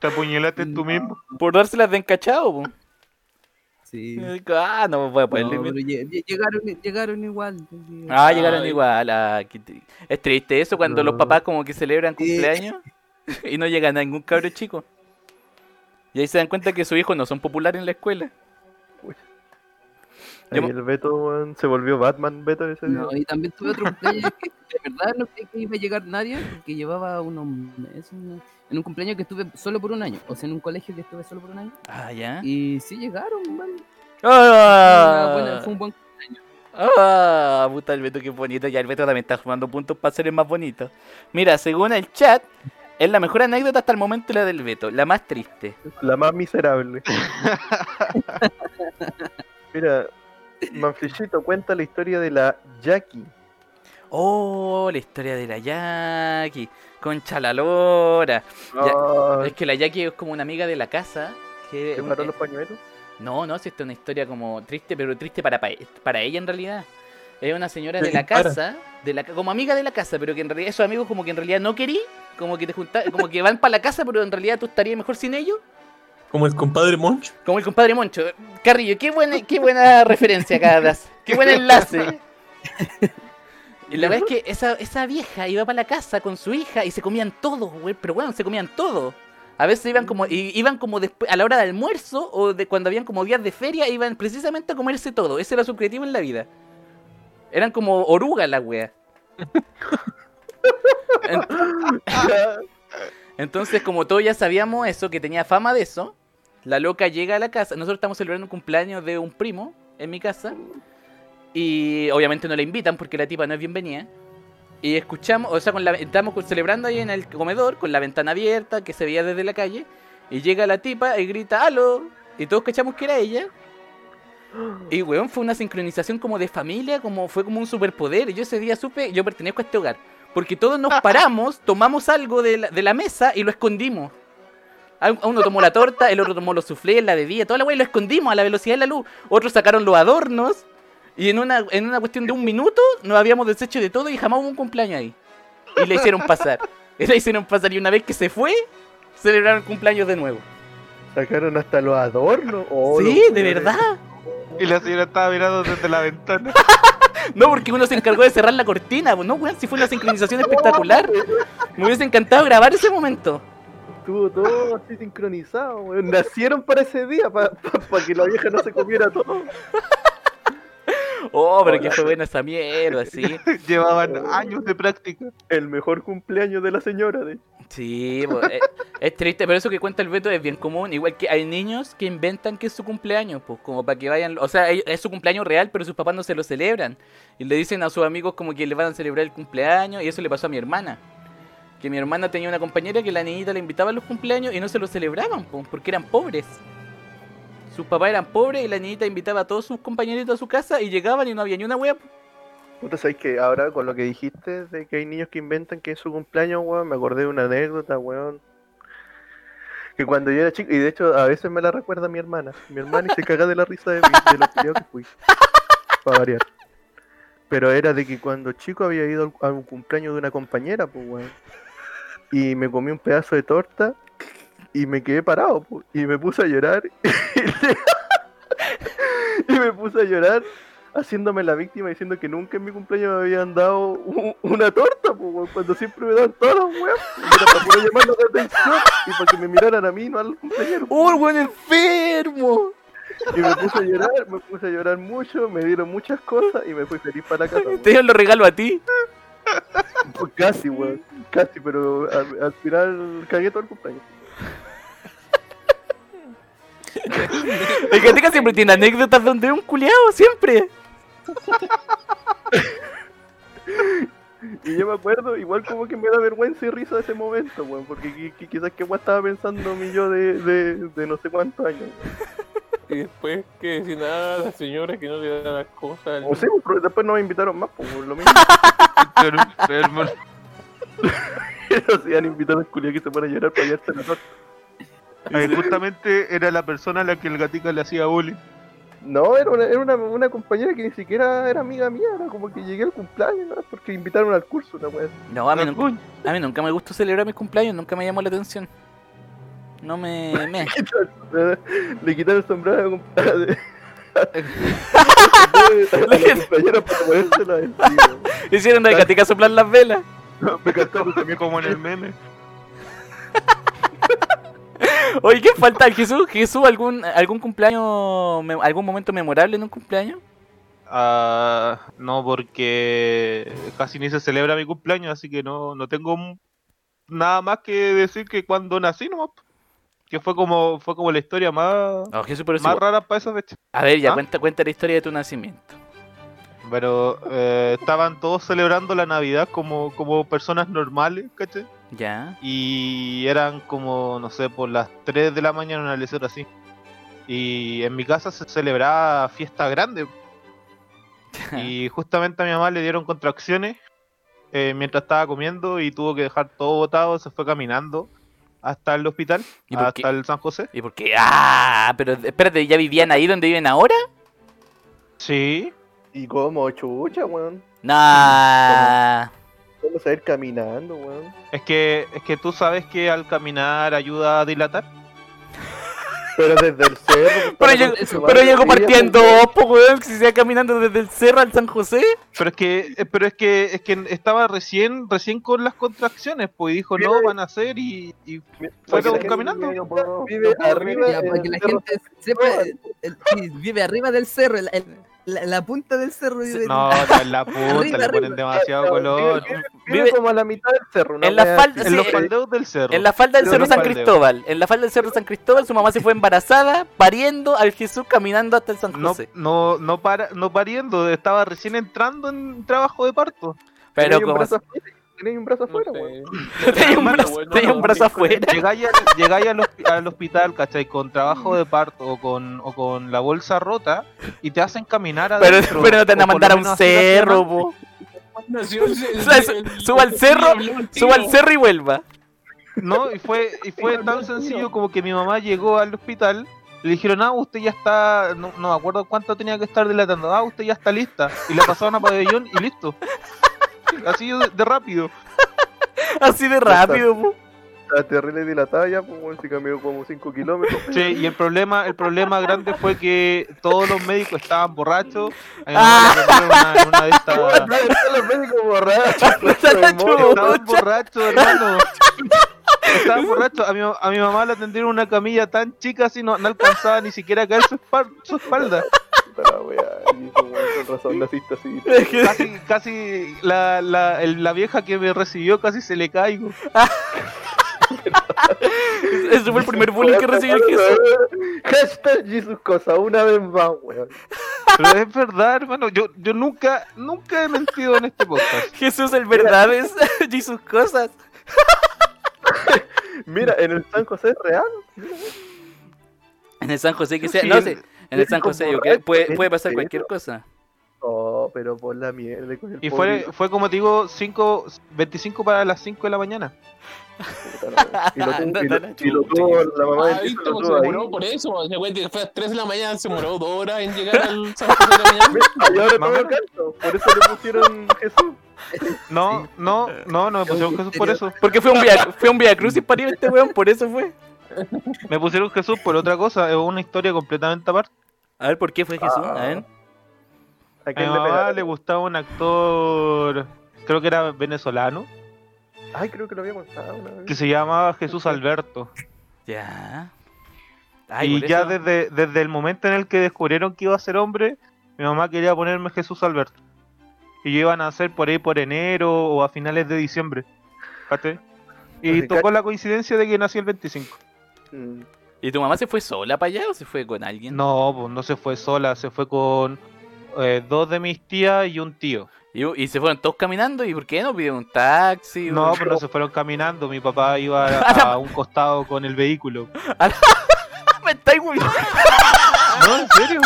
C: Te apuñalaste tú mismo.
A: Por dárselas de encachado, po.
D: Sí.
A: Ah, no voy a poder
D: No,
A: limpiar.
D: pero lle- lle- llegaron, llegaron igual. pues, entonces-
A: Ah, llegaron
E: Ay.
A: igual. ah, qué tri- Es triste eso cuando los
B: No.
A: papás como que celebran
D: Sí.
A: cumpleaños y no llegan a ningún cabro chico. Y ahí se dan cuenta que sus hijos no son populares en la escuela.
B: Ahí
A: Yo-
B: el Beto, weón, se volvió Batman Beto ese día.
D: No, y también tuve otro cumpleaños que de verdad no creí que iba a llegar nadie, porque llevaba unos meses, una- en un cumpleaños que estuve solo por un año, o sea, en un colegio que estuve solo por un año,
A: Ah, ya.
D: y sí llegaron, man. Fue una buena-
A: Ah,
D: fue un buen
A: ah, puta el Beto, qué bonito. Ya el Beto también está sumando puntos para ser el más bonito. Mira, según el chat, es la mejor anécdota hasta el momento la del Beto, la más triste.
B: La más miserable. Mira, Manflichito cuenta la historia de la Jackie.
A: Oh, la historia de la Jackie, concha la lora.
B: Ah,
A: Es que la Jackie es como una amiga de la casa. Que eh,
B: ¿Te
A: un-
B: paró los pañuelos?
A: No, no, si esta es una historia como triste, pero triste para, pa- para ella en realidad. Es una señora
C: Te
A: de la
C: dispara.
A: casa, de la, ca- como amiga de la casa, pero que en realidad esos amigos como que en realidad no querí, como que te junta, como que van para la casa, pero en realidad tú estarías mejor sin ellos.
F: Como el compadre Monch.
A: Como el compadre Moncho. Carrillo, qué buena, qué buena referencia, Cadas. Qué buen enlace. Y la verdad es que esa, esa vieja iba para la casa con su hija y se comían todo, güey. Pero bueno, se comían todo. A veces iban como, i- iban como después, a la hora de almuerzo o de cuando habían como días de feria, iban precisamente a comerse todo. Ese era su objetivo en la vida. Eran como orugas las weas. En- Entonces, como todos ya sabíamos eso, que tenía fama de eso, la loca llega a la casa. Nosotros estamos celebrando un cumpleaños de un primo en mi casa. Y obviamente no la invitan porque la tipa no es bienvenida. Y escuchamos, o sea, con la, estamos con- celebrando ahí en el comedor con la ventana abierta que se veía desde la calle. Y llega la tipa y grita, ¡Aló! Y todos cachamos que era ella. Y weón, fue una sincronización como de familia, como fue como un superpoder. Y yo ese día supe, yo pertenezco a este hogar. Porque todos nos paramos, tomamos algo de la, de la mesa y lo escondimos. A a uno tomó la torta, el otro tomó los soufflés, la bebida, toda la wey, lo escondimos a la velocidad de la luz. Otros sacaron los adornos. Y en una, en una cuestión de un minuto nos habíamos deshecho de todo y jamás hubo un cumpleaños ahí. Y le hicieron pasar. Y le hicieron pasar. Y una vez que se fue, celebraron cumpleaños de nuevo.
B: Sacaron hasta los adornos. Oh,
A: sí,
B: los
A: de
B: weones.
A: verdad.
C: Y la señora estaba mirando desde la ventana.
A: No, porque uno se encargó de cerrar la cortina. pues, No, weón, si fue una sincronización espectacular. Me hubiese encantado grabar ese momento.
B: Estuvo todo así sincronizado, weón. Nacieron para ese día, para que la vieja no se comiera todo.
A: Oh, pero que fue buena esa mierda, sí.
C: Llevaban años de práctica.
B: El mejor cumpleaños de la señora. De...
A: Sí, po, eh, es, triste, pero eso que cuenta el Beto es bien común. Igual que hay niños que inventan que es su cumpleaños, pues como para que vayan. O sea, ellos- es su cumpleaños real, pero sus papás no se lo celebran. Y le dicen a sus amigos como que le van a celebrar el cumpleaños, y eso le pasó a mi hermana. Que mi hermana tenía una compañera que la niñita le invitaba a los cumpleaños y no se lo celebraban, po, porque eran pobres. Sus papás eran pobres y la niñita invitaba a todos sus compañeritos a su casa y llegaban y no había ni una wea. po.
B: Puta, sabes que ahora con lo que dijiste de que hay niños que inventan que es su cumpleaños, weón, me acordé de una anécdota, weón. que cuando yo era chico, y de hecho a veces me la recuerda mi hermana, mi hermana y se caga de la risa de, mí, de lo culiao que fui, para variar. Pero era de que cuando chico había ido al- a un cumpleaños de una compañera, pues weón. Y me comí un pedazo de torta y me quedé parado, pues, y me puse a llorar. y me puse a llorar haciéndome la víctima diciendo que nunca en mi cumpleaños me habían dado u- una torta, po, weón, cuando siempre me dan todas, weón. Y Era para puro llamar la atención y para que me miraran a mí, no al compañero.
A: ¡Oh, el weón enfermo!
B: Y me puse a llorar, me puse a llorar mucho, me dieron muchas cosas y me fui feliz para la casa, weón.
A: Te dieron los regalos a ti.
B: Pues Casi, weón, casi, pero al, al final cagué todo el cumpleaños.
A: El Gatica siempre tiene anécdotas donde un culiao, siempre.
B: Y yo me acuerdo, igual como que me da vergüenza y risa ese momento, weón, porque qui- qui- quizás que weón estaba pensando mi yo de, de, de no sé cuántos años.
E: Y después que decían nada a las señoras que no le dan las cosas.
B: O sea, pero después no me invitaron más, pues weón, lo mismo.
C: Pero, pero, hermano,
B: Pero si han invitado al culiao que se pone a llorar para llevarse la torta.
C: eh, justamente era la persona a la que el gatica le hacía bullying.
B: No, era, una, era una, una compañera que ni siquiera era amiga mía, era como que llegué al cumpleaños, ¿no? Porque invitaron al curso, una wea. así.
A: No, a mí,
C: Ah,
A: nunca,
C: coño.
A: a mí nunca me gustó celebrar mis cumpleaños, nunca me llamó la atención. No me... me.
B: Le quitaron el sombrero a la compadre. a la compañera para ponérselo encima.
A: Hicieron al Gatica soplar las velas.
B: Me cantó
C: Como en el meme.
A: Oye, ¿qué falta? ¿Jesús? ¿Jesús algún, algún cumpleaños, me- algún momento memorable en un cumpleaños?
C: Ah, no, porque casi ni se celebra mi cumpleaños, así que no, no tengo m- nada más que decir que cuando nací, nomás, po. Que fue como, fue como la historia más,
A: No, Jesús, Ah, pero es
C: más
A: igual.
C: rara para esa fecha.
A: A ver, ya
C: ¿Ah?
A: cuenta, cuenta la historia de tu nacimiento.
C: Pero eh, estaban todos celebrando la Navidad como, como personas normales, ¿cachai?
A: Ya.
C: Y eran como, no sé, por las 3 de la mañana, una lección así. Y en mi casa se celebraba fiesta grande. Y justamente a mi mamá le dieron contracciones eh, mientras estaba comiendo y tuvo que dejar todo botado. Se fue caminando hasta el hospital,
A: ¿Y por,
C: hasta
A: qué?
C: el San José.
A: ¿Y por qué? ¡Ah! Pero espérate, ¿ya vivían ahí donde viven ahora?
C: Sí,
B: Y como chucha, weón.
A: Nah.
B: Vamos a ir caminando, weón.
C: es que, es que tú sabes que al caminar ayuda a dilatar.
B: Pero desde el cerro.
A: Pero,
B: para
A: llegó-
B: donde se
A: pero
B: vaya,
A: llegó
B: sí,
A: partiendo,
B: weón.
A: po, weón, que se iba caminando desde el cerro al San José.
C: Pero es que, eh, pero es que, es que estaba recién, recién con las contracciones, pues y dijo, no, van a hacer y, y
B: Porque
C: fueron
B: la
C: caminando.
B: gente Vive arriba.
D: Ya, para que la
B: del cerro.
D: gente sepa, el- sí, vive arriba del cerro, el- el- la, la punta del cerro. vive-
C: No, no, en la punta, le
D: Arriba,
C: ponen demasiado color.
B: Vive, vive
A: Vive-
B: como a la mitad del cerro. una
A: en la
B: wea
A: falda-
B: así.
C: En los
A: sí, eh,
C: faldeos del cerro.
A: En la falda del
C: Pero
A: Cerro
C: no
A: San
C: faldeo.
A: Cristóbal. En la falda del Cerro San Cristóbal, su mamá se fue embarazada, pariendo al Jesús caminando hasta el San
C: No,
A: José.
C: no, no, para, no pariendo, estaba recién entrando en trabajo de parto.
A: pero
B: Tenía un
A: como.
B: brazo afuera, Tenía un brazo
E: no
B: afuera,
E: sé.
B: weón.
A: Tenía un
E: Hermano,
A: brazo,
E: weón,
A: tenía
E: no,
A: un brazo
E: no,
A: afuera.
C: Llegáis al, llegáis al, hospi- al hospital, ¿cachai? Con trabajo de parto o con, o con la bolsa rota y te hacen caminar
A: Pero,
C: adentro.
A: pero no te van a
C: o por lo
A: mandar a un
C: menos así lo hacían
A: cerro,
C: antes.
A: po.
E: Nació el- el-
A: Suba-
E: el-
A: suba al
E: el-
A: cerro,
E: el-
A: Suba al cerro y vuelva.
C: No, y fue, y fue tan sencillo como que mi mamá llegó al hospital, le dijeron, ah, usted ya está, no, no me acuerdo cuánto tenía que estar dilatando, ah, usted ya está lista. Y la pasaron a pabellón y listo. Así de, de rápido.
A: Así de rápido, po.
B: Estaba terrible dilatada ya, pues, weón, se cambió como 5 kilómetros.
C: Che, y el problema, el problema grande fue que todos los médicos estaban borrachos. A mi
A: Ah.
C: mamá la atendieron en una- en una de estas-
B: Los médicos borrachos,
A: Está chulo.
C: Estaban borrachos, hermano. Estaban borrachos. A mi, a mi mamá la atendieron en una camilla tan chica así, no, no alcanzaba ni siquiera a caer su, espal- su espalda.
B: La wea, y como, con razón naciste así.
C: Casi, casi la, la, el- la vieja que me recibió casi se le caigo.
A: Ese fue el primer bullying que recibió el Jesús.
B: Hashtag Jesus Cosa, una vez más, weón.
C: Pero es verdad, hermano. Yo, yo nunca, nunca he mentido en este podcast.
A: Jesús, el verdad es. y sus cosas.
B: Mira, en el San José es real.
A: En el San José, que sea.
C: Sí,
A: No
C: el- este,
A: sé. En el San José, yo creo. Puede, puede pasar cualquier cosa.
B: No, No, pero por la mierda. Con el
C: Y fue,
B: público,
C: fue como te digo, 5, 25 para las 5 de la mañana.
B: puta, no. Y lo tuvo- y lo-
A: Ándate,
B: y lo tuvo la mamá
E: Ah,
B: del
E: viste,
B: Jason, lo
E: pues, se
B: tuvo ahí.
E: demoró por eso. Se fue fue a las 3 de la mañana, se demoró 2 horas en llegar al San José de la mañana. Este,
B: Ah, y ahora
C: Mamá.
B: todo el canto. Por eso le pusieron Jesús.
C: No, no, no, no me pusieron Jesús por eso.
A: Porque fue un via, fue un via crucis para ir este weón, por eso fue.
C: Me pusieron Jesús por otra cosa. Es una historia completamente aparte.
A: A ver, ¿por qué fue Jesús? A ver.
B: ¿A
C: A mi
B: quién le
C: mamá
B: pegaron?
C: le gustaba un actor, creo que era venezolano,
B: Ay, creo que lo había contado una vez.
C: que se llamaba Jesús Alberto.
A: Ya. Ay,
C: y
A: por
C: ya
A: eso.
C: desde, desde el momento en el que descubrieron que iba a ser hombre, mi mamá quería ponerme Jesús Alberto. Y yo iba a nacer por ahí por enero o a finales de diciembre. ¿cachai? Y
B: Así
C: tocó la coincidencia de que nací el 25.
B: Mm,
A: ¿Y tu mamá se fue sola para allá o se fue con alguien?
C: No, pues no se fue sola, se fue con eh, dos de mis tías y un tío.
A: Y, y se fueron todos caminando. ¿Y por qué no pidieron un taxi?
C: No,
A: Un-
C: pero no se fueron caminando, mi papá iba a, a un costado con el vehículo.
A: me estáis hueviando.
C: No, en serio.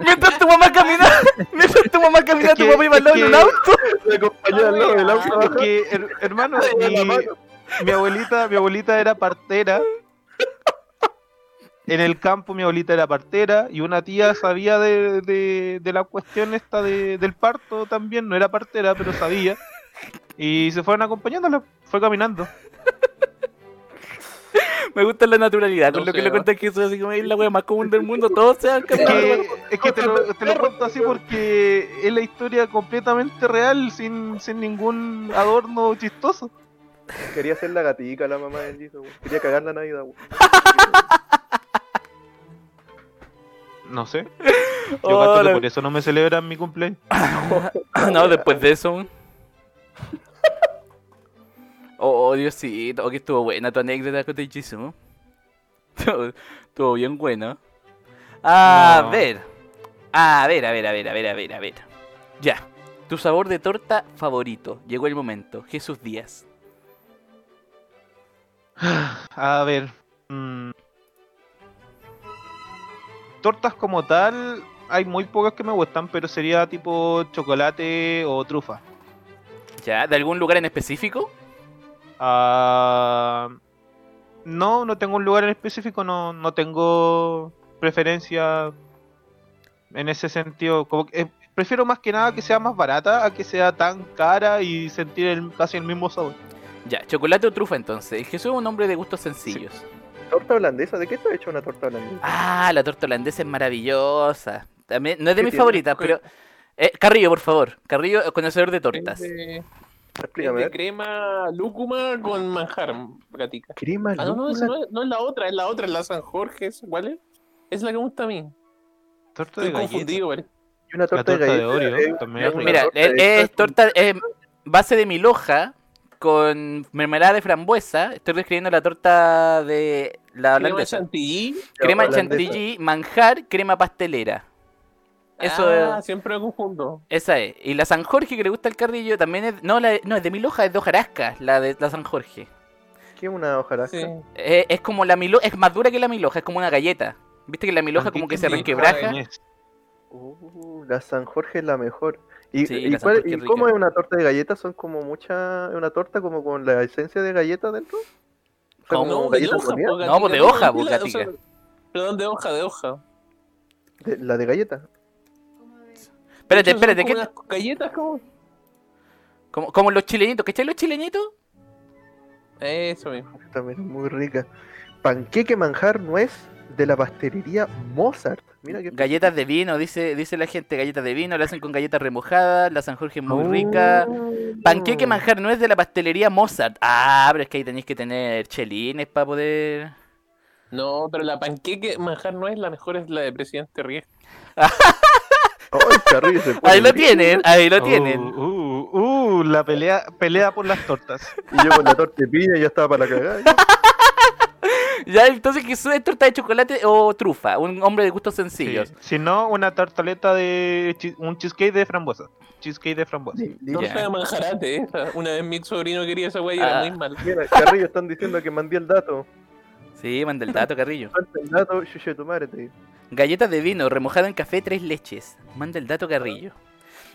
A: Mientras tu mamá camina, mientras tu mamá camina,
C: Es
A: tu
C: que-
A: papá iba al lado
C: es
A: de un
C: que-
A: auto.
B: La compañía al lado del auto
C: Es
B: abajo.
C: que, Ah, her- hermano,
B: de la
C: mi,
B: mano.
C: mi abuelita, mi abuelita era partera. En el campo mi abuelita era partera y una tía sabía de, de- de la cuestión esta de- del parto también, no era partera, pero sabía. Y se fueron acompañándola, fue caminando.
A: Me gusta la naturalidad. Con
E: No
A: lo que
E: sé,
A: le
E: ¿no?
A: cuentas que eso es así como es la wea más común del mundo. Todos se van
C: Es
A: caminando.
C: que, es que te, lo, te lo cuento así porque es la historia completamente real, sin, sin ningún adorno chistoso.
B: Quería ser la gatica la mamá del Jason. weón. Quería cagar la Navidad. weón.
C: No sé, yo
A: Oh,
C: calculo que
A: la-
C: por eso no me celebran mi cumpleaños.
A: No, después de eso. Oh, oh, Diosito, oh, que estuvo buena tu anécdota con Teichisu. Estuvo estuvo bien buena. A
C: No.
A: ver. A ver, a ver, a ver, a ver, a ver, a ver. Ya. Tu sabor de torta favorito. Llegó el momento. Jesús Díaz.
C: A ver. mm. Tortas como tal, hay muy pocas que me gustan, pero sería tipo chocolate o trufa.
A: ¿Ya? ¿De algún lugar en específico?
C: Ah, no, no tengo un lugar en específico, no, no tengo preferencia en ese sentido. Como que, eh, prefiero más que nada que sea más barata a que sea tan cara y sentir el- casi el mismo sabor.
A: Ya, chocolate o trufa entonces. El Jesús es un hombre de gustos sencillos.
B: ¿Torta holandesa? ¿De qué está hecha una torta holandesa?
A: Ah, la torta holandesa es maravillosa. También, no es de
B: ¿Qué
A: mis
B: tiene?
A: favoritas, pero. Eh, Carrillo, por favor. Carrillo, eh, conocedor de tortas.
E: Es de, es
B: Explícame.
E: de
B: a ver.
E: este crema lúcuma con manjar, gatica.
B: Crema
E: Ah, no, no, esa
B: lúcula.
E: no es, no es la otra, es la otra, es la San Jorge, ¿es- ¿cuál es? Es la que me gusta a mí.
C: Torta de
E: Estoy
C: galleta.
E: confundido, güey.
B: y una
C: La
B: torta,
C: torta de
B: galleta,
C: Oreo
B: eh,
C: también es
B: una
A: Mira,
B: torta
A: es,
B: de-
A: es torta. es base de milhoja con mermelada de frambuesa. Estoy describiendo la torta de la
E: Crema de
A: holandesa.
E: chantilly.
A: Crema
B: holandesa.
A: chantilly, manjar, crema pastelera. Eso
E: ah,
A: es-
E: siempre me confundo.
A: Esa es. Y la San Jorge que le gusta al carrillo también es. No, la- no es de milhoja, es de hojarasca, la de la San Jorge.
B: ¿Qué es una hojarasca?
E: Sí.
A: Eh, es como la milhoja, es más dura que la milhoja, es como una galleta. ¿Viste que la milhoja como que se
E: Antiquísima.
A: resquebraja?
E: Ay,
B: Uh, la San Jorge es la mejor. ¿Y,
A: Sí,
B: y
A: la San
B: cuál-
A: Jorge
B: y
A: es rica.
B: cómo es una torta de galletas? ¿Son como mucha... una torta como con la esencia de galleta dentro? O sea,
A: ¿Cómo?
E: No,
B: como
E: de
B: galletas
E: hoja,
B: con miel.
E: po,
A: No, pues, de
E: gatica,
A: hoja,
E: no,
A: pues,
E: la- o sea,
A: gatica.
E: Perdón, de hoja, de hoja.
A: pues.
B: De- La de galleta.
A: Espérate,
E: este Son
A: espérate,
E: como
A: ¿qué?
E: unas galletas como...
A: Como, como los chilenitos, ¿cachai los chilenitos?
E: Eso mismo.
B: También es muy rica. Panqueque manjar nuez de la pastelería Mozart. Mira que
A: Galletas de vino, dice, dice la gente, galletas de vino, la hacen con galletas remojadas, la San Jorge es muy rica. Panqueque manjar no es de la pastelería Mozart. Ah, pero es que ahí tenéis que tener chelines para poder.
E: No, pero la panqueque manjar no es la mejor, es la de Presidente Riesgo.
B: Ay, Oh, Carrillo se pone
A: Ahí lo
B: listo.
A: tienen, ahí lo
C: Uh,
A: tienen.
C: Uh, uh, la pelea, pelea por las tortas.
B: Y yo con la torta de piña ya estaba para cagar.
A: Ya, entonces que es torta de chocolate o trufa, un hombre de gustos sencillos.
C: Sí. Si no, una tartaleta de chi- un cheesecake de frambuesa. Cheesecake de frambuesa.
B: Ni- ni-
E: No
A: Ya.
E: sea manjarate, esa. Una vez mi sobrino quería esa wey y era
A: Ah.
E: muy mal.
B: Mira, Carrillo están diciendo que mandé el dato.
A: Sí, Sí, manda el dato, Carrillo.
B: Falta el dato, chuche tu madre, te digo.
A: Galletas de vino remojado en café tres leches. Manda el dato, Carrillo.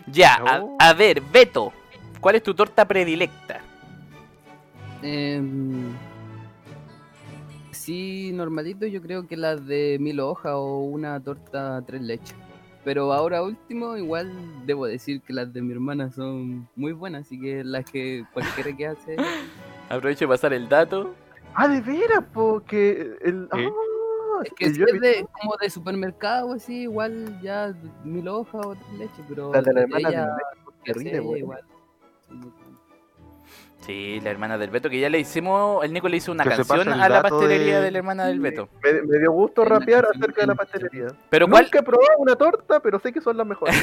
A: Ya,
C: No.
A: a, a ver, Beto, ¿cuál es tu torta predilecta?
D: Em, sí, normalito, yo creo que la de mil hojas o una torta tres leches. Pero ahora último, igual debo decir que las de mi hermana son muy buenas, así que las que cualquiera que hace.
A: Aprovecho de pasar el dato.
B: Ah, de veras, porque el.
C: Sí.
B: Ah,
D: Es que
B: que
D: si
B: yo he
D: es de, como de supermercado, así, igual ya mil hojas o tres leches, pero.
B: La de la
D: las
B: hermana de
D: ella,
B: visto que rinde,
D: sí,
B: güey.
D: igual, son muy buenas.
A: Sí, la hermana del Beto, que ya le hicimos, el Nico le hizo una
C: Que se
A: canción
C: pase el
A: a la
C: dato
A: pastelería de...
C: de-
A: la hermana del Beto.
B: Me, me dio gusto
D: En la
B: rapear
D: canción
B: acerca de la
D: que-
B: pastelería.
A: Pero
B: Nunca
A: ¿cuál,
B: he probado una torta, pero sé que son las mejores.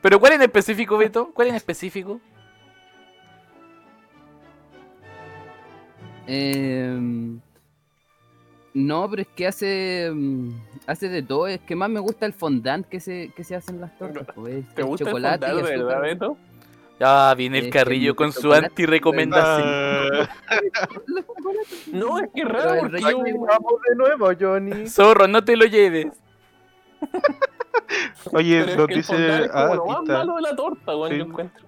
A: pero ¿cuál en específico, Beto? ¿Cuál en específico?
D: Em, no, pero es que hace mm, hace de todo. Es que más me gusta el fondant que se, que se hacen las tortas. pues,
E: ¿Te
D: el
E: gusta el
D: chocolate
E: fondant,
D: y azúcar.
E: verdad, Beto?
A: Ah, viene el
D: Es que
A: carrillo
D: el
A: con su
D: chocolate-
A: anti-recomendación.
C: Ah,
E: No, es que es
D: Pero
E: raro
D: el
E: porque
D: relleno
E: yo...
D: es igual.
B: Vamos de nuevo, Johnny.
A: Zorro, no te lo lleves.
E: pero
C: Oye,
E: es
C: nos
E: que el
C: dice.
E: fondant es como
C: Ah,
E: lo
C: aquí
E: más
C: está.
E: malo de la torta, weón,
C: Sí.
E: yo encuentro.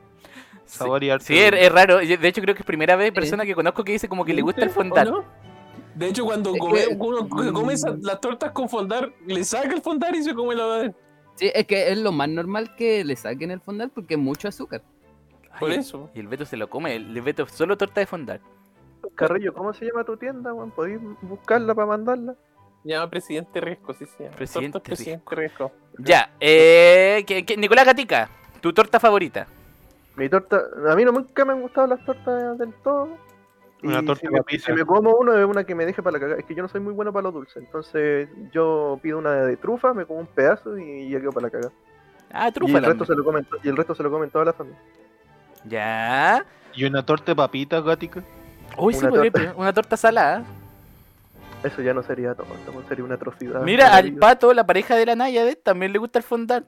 A: Sí,
C: Sabor y arte.
A: sí, es, es raro. Yo, De hecho, creo que es primera vez persona que conozco que dice como que le gusta el
E: ¿Viste? ¿O
A: fondant. Eh, mm.
E: no?
F: De hecho, cuando
D: Es
F: come,
D: que-
F: uno
E: Porque come esas- las tortas con fondar, le saca el fondar y se come la de
D: Sí, es que es lo más normal que le saquen el fondant porque es mucho azúcar.
A: Ay,
E: Por eso.
A: Y el Beto se lo come. El Beto solo torta de fondant.
B: Carrillo, ¿cómo se llama tu tienda, weón? ¿Podéis buscarla para mandarla?
E: Llama presidente Riesco, sí, sí.
A: Presidente
E: Tortas presidente Riesco.
A: Ya, eh, que- que- Nicolás Gatica, tu torta favorita.
B: Mi torta. A mí no nunca me han gustado las tortas del todo.
C: Una
B: Y
C: torta
B: si
C: con
B: me,
C: pizza.
B: si me como una, es una que me deje para la cagada. Es que yo no soy muy bueno para los dulces. Entonces, yo pido una de trufa, me como un pedazo y ya quedo para la cagada.
A: Ah,
B: Y
A: trufa.
B: el, resto se lo comen, y el resto se lo comen toda la familia.
A: Ya.
C: Y una torta de papitas, gática.
A: Uy, sí,
B: Una
A: podría pedir una torta salada.
B: Eso ya no sería torta, pues, sería una atrocidad.
A: Mira, al
B: Maravilloso.
A: pato, la pareja de la Naya de también le gusta el fondant.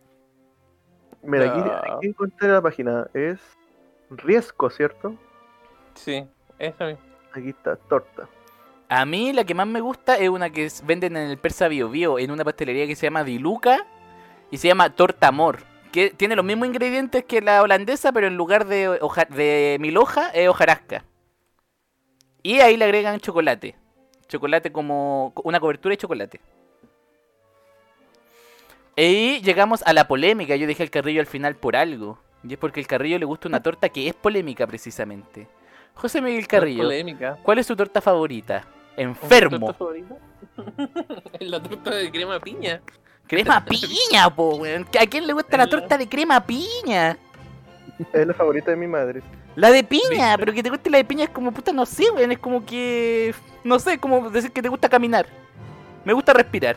B: Mira, aquí, aquí encontré la página. Es riesgo, ¿cierto?
E: Sí, esa misma.
B: Aquí está, torta.
A: A mí la que más me gusta es una que s- venden en el Persa Bio Bio, en una pastelería que se llama Diluca y se llama Torta Amor. Que tiene los mismos ingredientes que la holandesa, pero en lugar de, hoja- de mil hojas es hojarasca. Y ahí le agregan chocolate. Chocolate como co- una cobertura de chocolate. Y llegamos a la polémica. Yo dejé el carrillo al final por algo. Y es porque el carrillo le gusta una torta que es polémica precisamente. José Miguel Carrillo.
E: Polémica.
A: ¿Cuál es tu torta favorita?
E: ¿Tu
A: Enfermo.
E: torta favorita? la torta de crema piña.
A: Crema piña, po, weón. ¿A quién le gusta la torta de crema piña?
B: Es la favorita de mi madre.
A: La de piña, pero que te guste la de piña es como puta, no sé, weón. Es como que. No sé, es como decir que te gusta caminar. Me gusta respirar.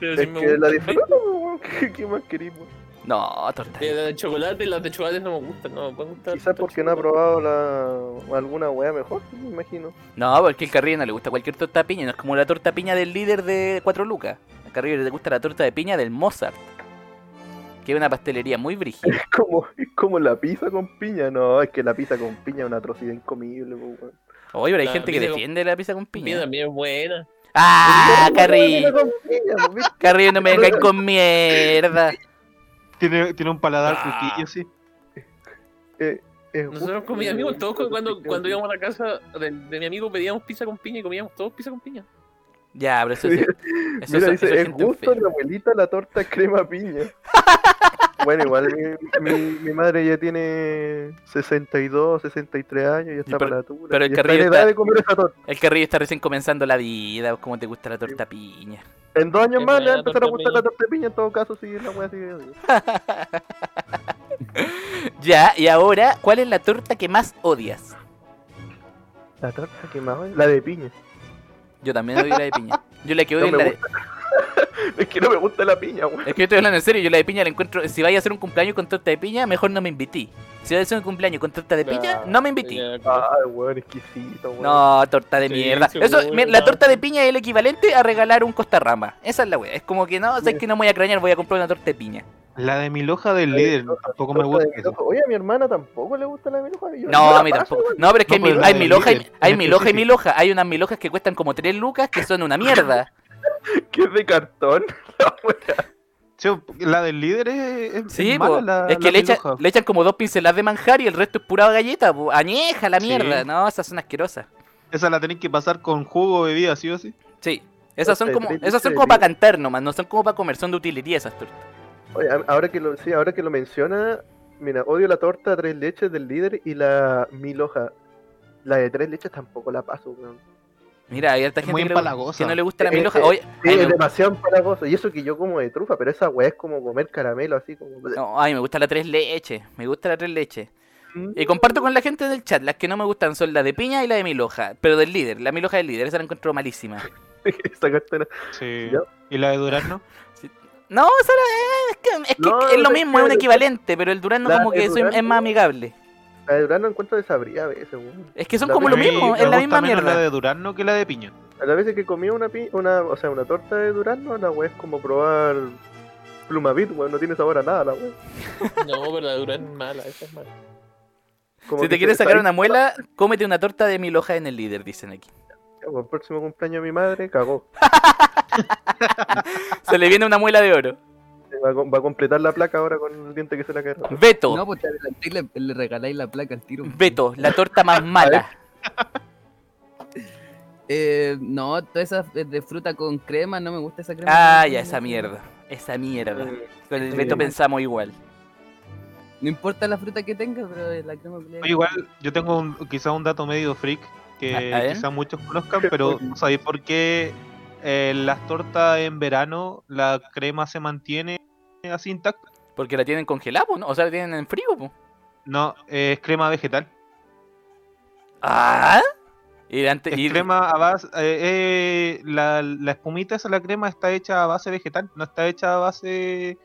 E: Pero
B: Es
E: si me
B: que la
E: gusta.
B: disfruto, weón. ¿qué, qué más queremos?
A: No, torta.
E: De,
A: de-
E: Eh, de chocolate, las de chocolate no me gustan, no me pueden gustar.
B: Quizás porque no ha probado la... alguna weá mejor, me imagino.
A: No, porque el carrillo no le gusta cualquier torta de piña. No es como la torta piña del líder de Cuatro Lucas. Al carrillo le gusta la torta de piña del Mozart. Que es una pastelería muy brígida.
B: Es como, es como la pizza con piña. No, es que la pizza con piña es una atrocidad incomible, po, weón.
A: Oye, pero hay
E: La
A: gente que
E: pizza con-
A: defiende la pizza con
E: Piña
A: piña.
E: también es buena.
A: ¡Ah, carrillo!
B: Pizza con piña, po, ¿viste?
A: Carrillo, no me vengáis con mierda.
C: Tiene, tiene un paladar
A: Ah.
C: frutillo, sí.
B: Eh, es
E: Nosotros
B: justo,
E: con mis amigos,
B: weón,
E: todos
B: esa
E: cuando,
B: tortilla,
E: cuando
B: Eh, sí.
E: íbamos a la casa de, de mi amigo pedíamos pizza con piña y comíamos todos pizza con piña.
A: Ya, pero eso, sí- eso
B: Mira,
A: son- eso
B: dice,
A: es
B: es
A: gente
B: gusto de
A: enferma.
B: la abuelita la torta crema piña. bueno, igual mi, mi- mi madre ya tiene 62, 63 años y
A: pero-
B: está para la altura.
A: pero el
B: y está en
A: carrillo
B: edad
A: está-
B: de comer esa torta.
A: El carrillo está recién comenzando la vida, como te gusta la torta piña.
B: En dos años
E: Es
B: más le va a
E: buena la
B: empezar a
E: torta
B: gustar
E: piña.
B: la torta piña en todo caso, si la wea sigue.
A: Ya, y ahora, ¿cuál es la torta que más odias?
B: La torta que más odio, La de piña.
A: Yo también odio la de piña. Yo la que
B: No
A: odio es
B: me
A: la de...
B: Es que no me gusta la piña, weón.
A: Es que yo estoy hablando en serio, yo la de piña la encuentro... Si vais a hacer un cumpleaños con torta de piña, mejor no me invití. Si vais a hacer un cumpleaños con torta de piña, no me invití.
E: Ya,
B: Ah, weón, exquisito, weón.
A: No, torta de
E: Sí,
A: mierda.
E: seguro,
A: Eso, mira, la
E: ¿no?
A: torta de piña es el equivalente a regalar un costarrama. Esa es la wea. Es como que no, o sea, es que no me voy a crañar, voy a comprar una torta de piña.
C: La de mi loja del líder tampoco me
B: Torta de
C: gusta. eso.
B: miloja. Oye, a mi hermana tampoco le gusta la miloja. yo- yo
A: No,
B: la
A: a mí
B: paso,
A: tampoco.
B: weón.
A: No, pero es que
C: No,
A: hay,
C: pero
A: mi-
C: la
A: hay
C: de
A: miloja, y-
C: líder,
A: hay
C: en este
A: miloja y
C: específico.
A: miloja. Hay unas milojas que cuestan como 3 lucas que son una mierda.
B: Que es de cartón.
C: Sí, la del líder es, es-
A: Sí,
C: es mala,
A: po.
C: la-
A: es que
C: la
A: le echan,
C: piloja.
A: le echan como dos pinceladas de manjar y el resto es pura galleta. po. Añeja la
C: Sí.
A: mierda. No, esas son asquerosas.
C: Esa la tenéis que pasar con jugo o bebida, sí o sí.
A: Sí. Esas son
B: Torta de
A: como,
B: tres
A: esas son
B: leches de
A: como
B: piña.
A: para cantar nomás, no son como para comer, son de utilería esas tortas.
B: Oye, a- ahora que lo, sí, ahora que lo menciona, mira, odio la torta tres leches del líder y la miloja. La de tres leches tampoco la paso, weón.
A: Mira, hay harta
C: Es
A: gente
C: muy
A: que, le gu-
C: empalagosa.
A: que no le gusta la
B: Eh,
A: miloja.
B: eh,
A: Oye,
B: Sí,
A: a mí
B: es
A: me-
B: demasiado empalagoso. Y eso que yo como de trufa, pero esa weá es como comer caramelo así como.
A: No, ay, me gusta la tres leche. Me gusta la tres leche.
B: Mm.
A: Y comparto con la gente del chat. Las que no me gustan son la de piña y la de miloja. Pero del líder. La miloja del líder. Esa la encuentro malísima.
B: Esa cartera.
C: Sí.
B: Ya.
C: ¿Y la de durazno?
A: No, o sea, la- eh, es que es, que
B: No,
A: es lo
B: pero es
A: mismo, es
B: que-
A: un equivalente. Pero el durazno
B: La
A: como
B: de
A: que soy- es
B: durazno-
A: más amigable.
B: La de Durán no encuentro desabrida a veces, weón.
A: Es que son
B: La
A: como lo
B: de
C: A mí
A: mismo.
C: me
A: Es la
C: gusta
A: misma
C: menos
A: mierda.
C: la de durazno que la de piña.
B: A las veces que comía una pi una, o sea, una torta de durazno, la weá es como probar plumavit, weón, no tiene sabor a nada la weá.
A: Ah.
E: No, pero la Durán es mala, esa es mala.
B: Como
A: Si
B: que
A: te quieres
B: se-
A: sacar
B: ahí-
A: una muela, cómete una torta de miloja en el líder, dicen aquí.
B: Ya, weón, próximo cumpleaños de mi madre, cagó.
A: Se le viene una muela de oro.
B: Va a, com- va a completar la placa ahora con el diente que se la queda.
A: Beto,
D: No, pues te adelanté y le, le regaláis la placa al tiro.
A: Beto, la torta más mala.
D: Eh, no, toda esa eh, de fruta con crema, no me gusta esa crema.
A: Ah, ya, esa mierda. Esa mierda. Con el
B: Sí.
A: Beto pensamos igual.
D: No importa la fruta que tenga, pero eh, la crema que le-
C: Oye, Igual, yo tengo un, quizá un dato medio freak
A: A- a
C: que
A: ver.
C: quizá muchos conozcan, pero ¿sabéis por qué eh, las tortas en verano la crema se mantiene así intacta?
A: Porque la tienen congelada, po, ¿no? O sea, la tienen en frío, po.
C: No, eh, es crema vegetal.
A: Ah. Y antes.
C: Es
A: y-
C: crema a base. eh, eh, la, la espumita esa, la crema está hecha a base vegetal, no está hecha a base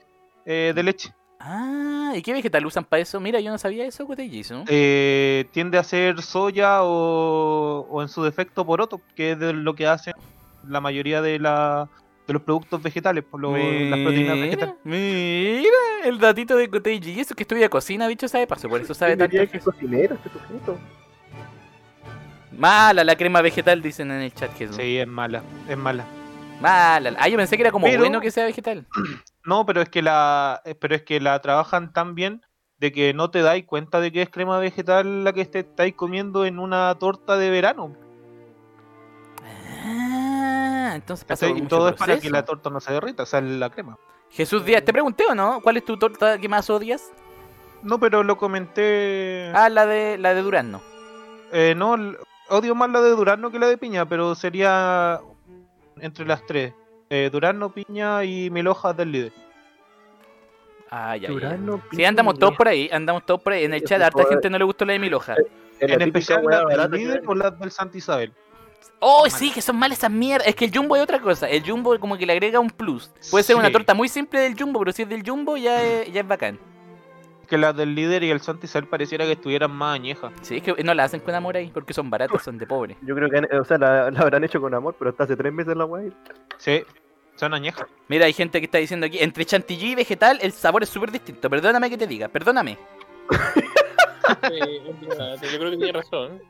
C: eh, de leche.
A: Ah, ¿y qué vegetal usan para eso? Mira, yo no sabía eso, Cote Jason.
C: Eh, tiende a ser soya o, o en su defecto poroto, que es de lo que hacen la mayoría de, la, de los productos vegetales, por lo- las proteínas vegetales.
A: Mira, el datito de Cote Jason eso que estudia cocina, bicho, sabe paso. Por eso sabe tanto.
B: Diría que es cocinero este sujeto.
A: Mala la crema vegetal, dicen en el chat, Jesús.
C: Sí, es mala, es mala.
A: Mala. Ah, yo pensé que era como
C: Pero-
A: bueno que sea vegetal.
C: No, pero es que la, eh, pero es que la trabajan tan bien de que no te dais cuenta de que es crema vegetal la que te estáis comiendo en una torta de verano.
A: Ah, entonces pasa
C: ¿cachai?
A: por
C: Y
A: mucho
C: todo es para que
A: proceso.
C: la torta no se derrita, o sea, la crema.
A: Jesús Díaz, te pregunté o no, ¿cuál es tu torta que más odias?
C: No, pero lo comenté.
A: Ah, la de la de durazno.
C: Eh, no, l- odio más la de Durano que la de Piña, pero sería entre las tres. Eh, Durano, Piña y Mil Hojas del Líder.
A: Ah, ya. ya.
B: Durano,
A: Sí, andamos todos por ahí, andamos todos por ahí. En el
B: Sí,
A: chat,
B: por
A: harta
B: favor.
A: gente no le gustó la de Miloja.
C: En especial la del Líder o la del Santa Isabel.
A: ¡Oh,
C: Son
A: sí!
C: malas.
A: Que son malas esas mierdas. Es que el Jumbo es otra cosa. El Jumbo como que le agrega un plus. Puede ser una
C: Sí.
A: torta muy simple del Jumbo, pero si es del Jumbo ya es, ya es bacán.
C: Que las del Líder y el Santa Isabel pareciera que estuvieran más añejas.
A: Sí, es que no la hacen con amor ahí, porque son baratas, son de pobre.
B: Yo creo que han- o sea, la, la habrán hecho con amor, pero hasta hace tres meses la weá.
C: Sí, son añejas.
A: Mira, hay gente que está diciendo aquí, entre chantilly y vegetal el sabor es súper distinto. Perdóname que te diga, perdóname.
E: Sí, es verdad, Yo creo que tiene razón.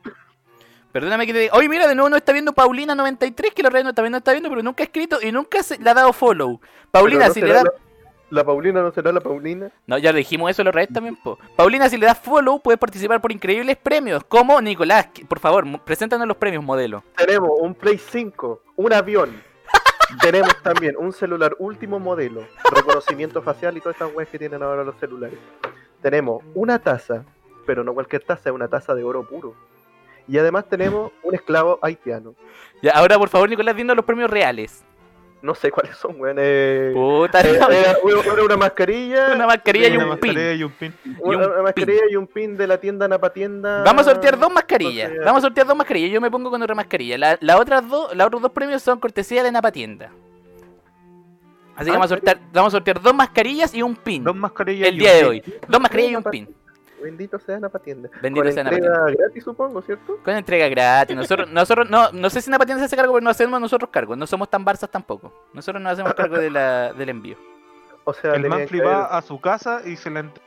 A: Perdóname que te diga. Oye, mira, de nuevo no está viendo Paulina93, que lo reno también no está viendo, pero nunca ha escrito y nunca se le ha dado follow. Paulina,
B: Pero no
A: si le
B: será
A: das.
B: la, la Paulina no será la Paulina.
A: No, ya dijimos eso la otra vez también, po. Paulina, si le das follow, puedes participar por increíbles premios. Como Nicolás, que- por favor, mo- preséntanos los premios, modelo.
B: Tenemos un Play 5, un avión. Tenemos también un celular último modelo, reconocimiento facial y todas esas weas que tienen ahora los celulares. Tenemos una taza, pero no cualquier taza, es una taza de oro puro. Y además tenemos un esclavo haitiano.
A: Ya, ahora, por favor, Nicolás, dinos los premios reales.
B: No sé cuáles son, weón. eh,
A: Puta,
B: eh,
A: no,
B: era una- era una mascarilla,
A: una mascarilla y
B: una
A: un pin.
C: y un pin.
A: y
B: una,
A: un
B: una mascarilla y un pin de la tienda Napatienda.
A: Vamos a sortear dos mascarillas.
B: Entonces,
A: Vamos a sortear dos mascarillas. Yo me pongo con otra mascarilla. La, la otras dos, los otros dos premios son cortesía de Napatienda. Así que
B: Ah,
A: vamos a sortear, vamos a sortear dos mascarillas y un
B: Mm.
A: pin.
C: Dos mascarillas
A: El
C: y
A: día
C: un
A: de
C: pin.
A: hoy. Dos mascarillas y un pin.
B: Bendito sea Napatienda.
A: Bendito
B: Con
A: sea
B: entrega
A: Napatienda.
B: gratis, supongo, ¿cierto?
A: Con entrega gratis. Nosotros, nosotros no, no sé si Napatienda se hace cargo, pero no hacemos nosotros cargo. No somos tan barzas tampoco. Nosotros no hacemos cargo de la, del envío.
B: O sea,
C: El
B: tenían
C: Manfly
B: que
C: va
B: haber-
C: a su casa y se la ent-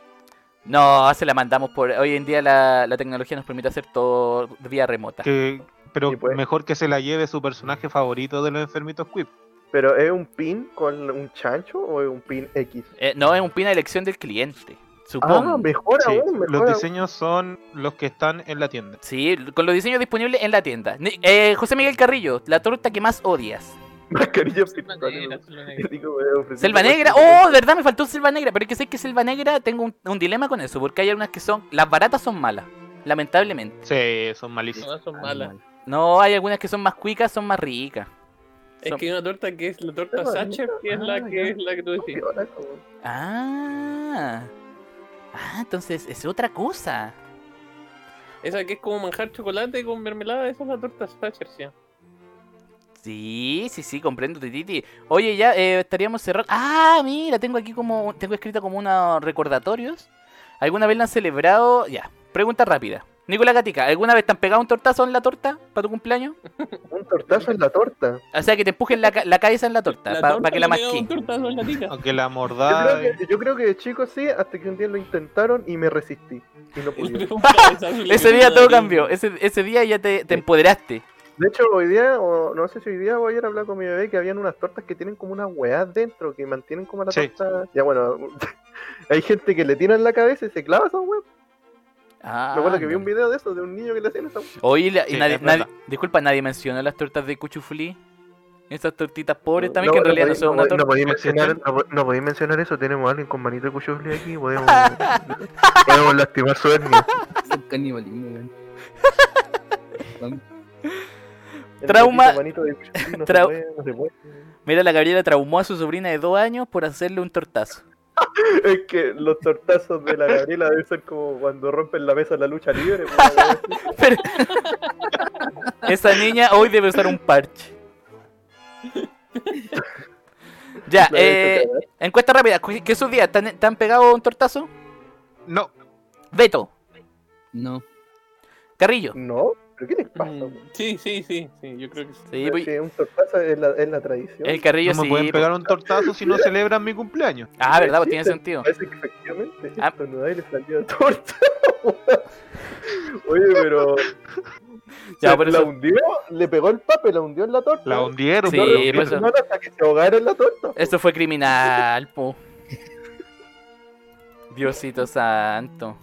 A: No, se la mandamos por. Hoy en día la, la tecnología nos permite hacer todo vía remota.
C: que- pero
B: Sí, pues.
C: mejor que se la lleve su personaje favorito de los enfermitos Quip.
B: Pero es un pin con un chancho o es un pin X.
A: Eh, no, es un pin a elección del cliente. Supongo.
B: Ah, mejor
C: Sí,
B: aún, mejor
C: los
B: aún.
C: diseños son los que están en la tienda.
A: Sí, con los diseños disponibles en la tienda. Ni- eh, José Miguel Carrillo, la torta que más odias.
B: Mascarillas
E: Selva
B: virtuales, weón.
E: negra, selva negra.
B: Qué rico, weón, ofrecer
A: Selva
B: una
A: Negra,
B: mascarilla.
A: oh, verdad, me faltó Selva Negra, pero es que sé que Selva Negra tengo un, un dilema con eso, porque hay algunas que son, las baratas son malas, lamentablemente.
C: Sí, son malísimos.
E: Todas son malas.
A: Ah, No, hay algunas que son más cuicas, son más ricas.
E: Es
A: Son-
E: que hay una torta que es la torta
B: Selva
E: Sacher,
B: negra.
E: que es
B: Ah,
E: la
B: ya.
E: que es la que tú decís.
B: Piola, weón.
A: Ah, ah, entonces es otra cosa.
E: Esa que es como manjar chocolate con mermelada, esa es la torta Sacher, sí.
A: Sí, sí, sí, comprendo, Titi. Oye, ya eh, estaríamos cerrando. Ah, mira, tengo aquí como. Tengo escrita como unos recordatorios. ¿Alguna vez la han celebrado? Ya. Pregunta rápida. Nicolás Gatica, ¿alguna vez te han pegado un tortazo en la torta para tu cumpleaños?
B: Un tortazo en la torta.
A: O sea, que te empujen la, ca- la cabeza en la torta, para
E: torta
A: que la
E: le pegaba
A: masquí.
E: un tortazo en la tita.
C: Aunque la
B: Yo creo,
C: mordada.
B: que, yo creo que de chico sí, hasta que un día lo intentaron y me resistí. Y no
E: Le
B: pude.
E: pegó un cabezazo y le
A: Ese
E: quebró
A: día
E: la
A: todo
E: nariz.
A: cambió. Ese, ese día ya te, te empoderaste.
B: De hecho, hoy día, o no sé si hoy día o ayer hablaba con mi bebé que habían unas tortas que tienen como unas weas dentro, que mantienen como la
C: Sí.
B: torta. Ya bueno, hay gente que le tiran la cabeza y se clava esa wea.
A: Ah,
B: Me acuerdo que vi un
A: ándale.
B: video de eso, de un niño que le hacían esa wea.
A: Oye, la- y
C: Sí,
A: nadie-
C: es verdad.
A: nadie- disculpa, nadie menciona las tortas de cuchuflí. Esas tortitas pobres también,
B: No,
A: que en
B: no
A: realidad no
B: podí-
A: son una
B: podí-
A: torta.
B: No podéis mencionar, no, po- no podí mencionar eso, tenemos a alguien con manito de cuchufle aquí, podemos, podemos lastimar su etnia.
D: Es el canibalismo, weón. Vamos.
B: El
A: Trauma-
B: maldito manito de cuchufle no se
A: trau-
B: puede, no se puede.
A: Mira, la Gabriela traumó a su sobrina de dos años por hacerle un tortazo.
B: Es que los tortazos de la Gabriela deben ser como cuando rompen la mesa en la lucha libre. pues, una wea así.
A: Pero- Esa niña hoy debe usar un parche. Ya,
B: La deben
A: eh,
B: tocar.
A: encuesta rápida. ¿Qué qué esos días? ¿Te han, te han pegado un tortazo?
C: No,
A: Beto,
D: No.
A: Carrillo.
B: No, pero ¿qué les pasa? weón?
E: Mm, Sí, sí, sí, sí, yo creo que sí.
A: Sí, voy-
B: Sí, un tortazo es la, es la tradición.
A: el Carrillo
C: no me
A: sí. pues.
C: pueden
A: po.
C: pegar un tortazo si no celebran mi cumpleaños.
A: Ah, verdad, pues tiene sentido.
B: Parece que efectivamente
A: Ah.
B: esto no da y le salió torta. Oye, pero.
A: Ya,
B: se
A: pero
B: la
A: eso-
B: hundió, le pegó el papel, la hundió en la torta.
C: La hundieron.
A: Sí, pues,
C: pero-
B: hundió
A: por eso.
B: hasta que se ahogara en la torta.
A: Eso fue criminal, po. Diosito santo.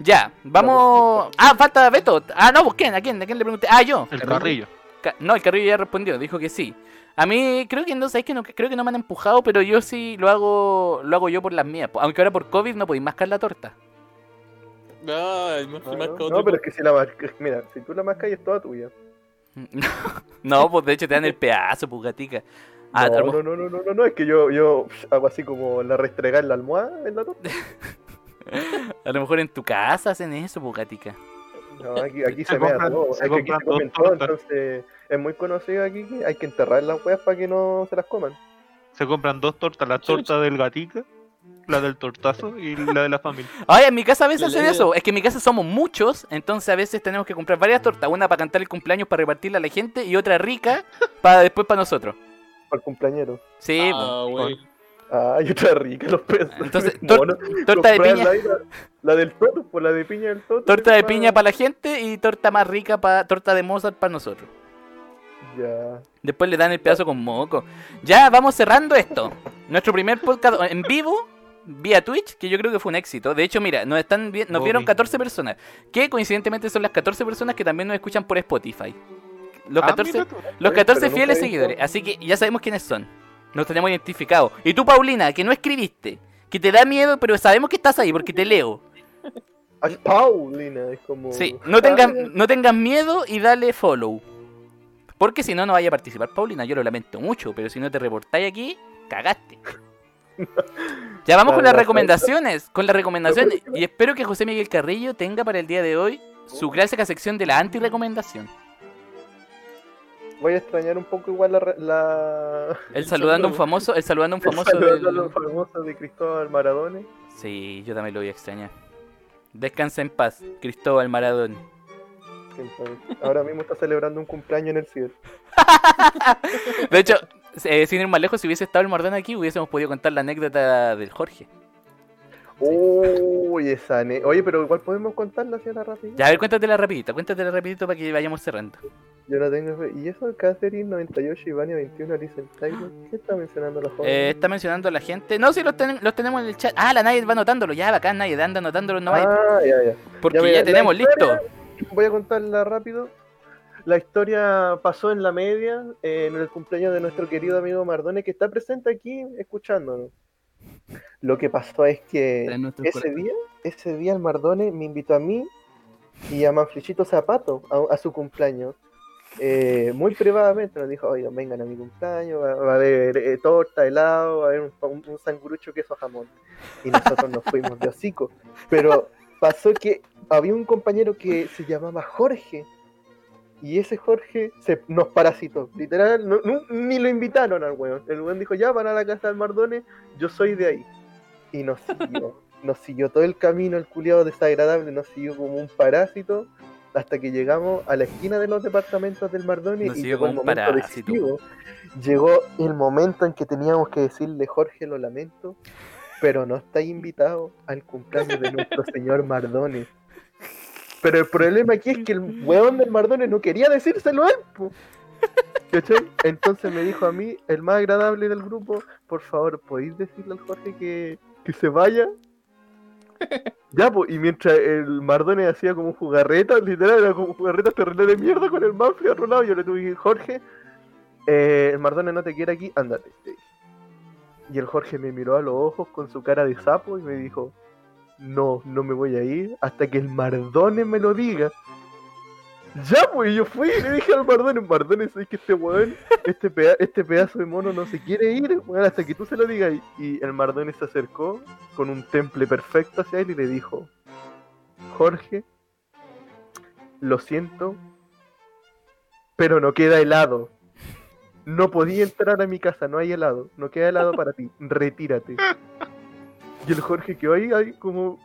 A: Ya, vamos. Ah, falta Beto. Ah, no, pues quién, a quién, a quién le pregunté. Ah, yo.
C: El carrillo.
A: Ca- No, el Carrillo ya respondió, dijo que sí. A mí creo que no, sabes que no, creo que no me han empujado, pero yo sí lo hago, lo hago yo por las mías. po. Aunque ahora por COVID no podéis mascar la torta.
E: Ay, más que
B: Claro.
E: marca otro.
B: No, pero es que si la marcas, mira, si tú la mascas es toda tuya.
A: No, pues de hecho te dan el pedazo, pugatica. Ah, a lo
B: no,
A: mejor-
B: no, no, no, no, no, no, es que yo, yo psh, hago así como la restregar en la almohada en la torta.
A: a lo mejor en tu casa hacen eso, pugatica.
B: No, aquí, aquí
C: Se
B: se, mea
C: compran-
B: todo,
C: se
B: es que aquí
C: compran
B: se comen
C: dos
B: todo,
C: tortas.
B: entonces es muy conocido aquí que hay que enterrar las weas para que no se las coman.
C: Se compran dos tortas, la torta del gatica, la del tortazo y la de la familia.
A: Ay, en mi casa a veces
E: La
A: hacen
E: ley de-
A: eso. Es que en mi casa somos muchos, entonces a veces tenemos que comprar varias tortas. Una para cantar el cumpleaños para repartirla a la gente y otra rica para después para nosotros.
B: Para el cumpleañero.
A: Sí, pues,
E: Ah, güey.
B: Ah, y otra rica, los pesos.
A: Entonces,
B: No,
A: tor-
B: no,
A: po. torta de
B: comprar
A: piña.
B: La, la- la del toto, pues la de piña del toto.
A: Torta de piña
B: para.
A: para la gente y torta más rica para torta de Mozart para nosotros.
B: Ya.
A: Después le dan el pedazo con moco. Ya vamos cerrando esto. Nuestro primer podcast en vivo vía Twitch, que yo creo que fue un éxito. De hecho, mira, nos están vi- nos vieron
C: Bobby.
A: 14 personas, que coincidentemente son las 14 personas que también nos escuchan por Spotify. Los
C: Ah,
A: 14,
C: mira tú.
A: los
B: Oye,
A: 14
B: pero nunca
A: fieles
B: he visto-
A: seguidores, así que ya sabemos quiénes son. Nos tenemos identificados. Y tú, Paulina, que no escribiste, que te da miedo, pero sabemos que estás ahí porque te leo.
B: Ah, es Paulina, es como.
A: Sí, no tengas,
B: Ah, ya.
A: no tengas miedo y dale follow. Porque si no, no vaya a participar, Paulina. Yo lo lamento mucho, pero si no te reportáis aquí, cagaste. Ya vamos
B: No,
A: con las
B: no,
A: recomendaciones. Con las recomendaciones. Y espero que José Miguel Carrillo tenga para el día de hoy
B: Oh.
A: su clásica sección de la anti-recomendación.
B: Voy a extrañar un poco igual la. re- la...
A: El saludando a un famoso. El saludando a un famoso.
B: el saludo a
A: del-
B: los famosos de Cristóbal Maradona.
A: Sí, yo también lo voy a extrañar. Descansa en paz, Cristóbal Maradón.
B: que entonces, Ahora mismo está celebrando un cumpleaños en el cielo.
A: De hecho, eh, sin ir más lejos, si hubiese estado el Mardón aquí, hubiésemos podido contar la anécdota del Jorge.
B: Uy, esa ne- Oye, pero igual podemos contarla así a la rápida.
A: Ya, a ver, cuéntatela rapidito, cuéntatela rapidito para que vayamos cerrando.
B: Yo la tengo. fe- ¿Y eso Catherine 98, Ivania 21, Alison Tyler? ¿Qué está mencionando la joven?
A: Eh, está mencionando la gente. No, sí, los, ten- los tenemos en el chat. Ah, la nadie va anotándolo. Ya, bacán, nadie anda anotándolo nomás.
B: ah, ya, ya.
A: porque
B: ya,
A: ya,
B: mira, la
A: tenemos listo.
B: historia- Voy a contarla rápido. La historia pasó en la media, eh, en el cumpleaños de nuestro querido amigo Mardone, que está presente aquí escuchándonos. Lo que pasó es
D: Está
B: que
D: en nuestro
B: ese
D: corazón.
B: día, ese día el Mardone me invitó a mí y a Manfrichito Zapato a, a su cumpleaños. Eh, muy privadamente nos dijo, oigan, vengan a mi cumpleaños, va, va a haber eh, torta, helado, va a haber un, un, un sangurucho, queso, jamón. Y nosotros nos fuimos de hocico. Pero pasó que había un compañero que se llamaba Jorge. Y ese Jorge se, nos parasitó. Literal, no- nu- ni lo invitaron al weón. El weón dijo, ya, van a la casa del Mardone, yo soy de ahí. Y nos siguió. nos siguió todo el camino, el culiado desagradable, nos siguió como un parásito. Hasta que llegamos a la esquina de los departamentos del Mardone
A: Nos
B: y
A: siguió
B: llegó el
A: como un
B: momento
A: parásito.
B: decisivo. Llegó el momento en que teníamos que decirle, Jorge, lo lamento, pero no está invitado al cumpleaños de nuestro señor Mardone. Pero el problema aquí es que el weón del Mardones no quería decírselo a él, po. ¿Cachai? Entonces me dijo a mí, el más agradable del grupo, por favor, ¿podéis decirle al Jorge que, que se vaya? Ya, pues, y mientras el Mardones hacía como jugarretas, literal, era como jugarretas terrible de mierda con el Manfred otro lado, yo le tuve que decir, Jorge, eh, el Mardones no te quiere aquí, ándate. le dije. Y el Jorge me miró a los ojos con su cara de sapo y me dijo, no, no me voy a ir hasta que el Mardone me lo diga. Ya, pues, y yo fui y le dije al Mardone, Mardone, sabes que este weón, este, peda- este pedazo de mono no se quiere ir, weón, hasta que tú se lo digas. Y el Mardone se acercó con un temple perfecto hacia él y le dijo, Jorge, lo siento, pero no queda helado. No podía entrar a mi casa, no hay helado, no queda helado para ti, retírate. Y el Jorge que ahí, ahí como,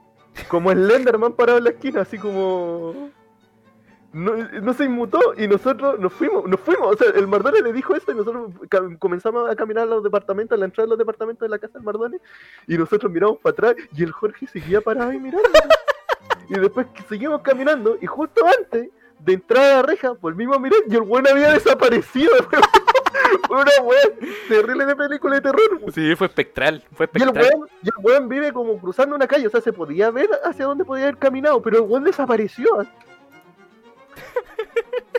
B: como Slenderman parado en la esquina, así como... No, no se inmutó y nosotros nos fuimos, nos fuimos. O sea, el Mardone le dijo eso y nosotros cam- comenzamos a caminar a los departamentos, a la entrada de los departamentos de la casa del Mardone y nosotros miramos para atrás y el Jorge seguía parado ahí mirando. y después que seguimos caminando y justo antes de entrar a la reja volvimos a mirar y el weón había desaparecido. Una weón terrible de película de terror.
A: Sí, fue espectral. Fue
B: Y el,
A: espectral.
B: weón, y el weón vive como cruzando una calle, o sea, se podía ver hacia dónde podía haber caminado, pero el weón desapareció.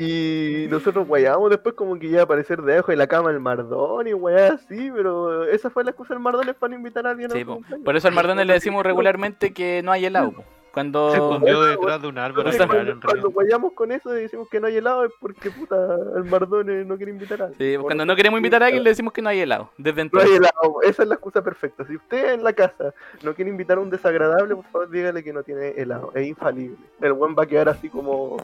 B: y nosotros guayábamos después como que iba a aparecer debajo de la cama el Mardón y weá así, pero esa fue la excusa del Mardón es para invitar a alguien
A: Sí,
B: a su
A: po.
B: cumpleaños.
A: Por eso al Mardone le
B: Bueno,
A: decimos
B: sí,
A: regularmente que no hay helado. po.
C: Se
A: Cuando.
B: Oh.
C: escondió detrás de un árbol. a
B: Entonces,
C: llorar
B: cuando,
C: en
B: cuando
C: realidad.
B: guayamos con eso y decimos que no hay helado es porque puta, el Mardón eh, no quiere invitar a alguien.
A: Sí,
B: Por-
A: cuando no queremos invitar a alguien le decimos que no hay helado. Desde
B: No hay
A: entonces.
B: helado, esa es la excusa perfecta. Si usted en la casa no quiere invitar a un desagradable, por favor dígale que no tiene helado. Es infalible. El buen va a quedar así como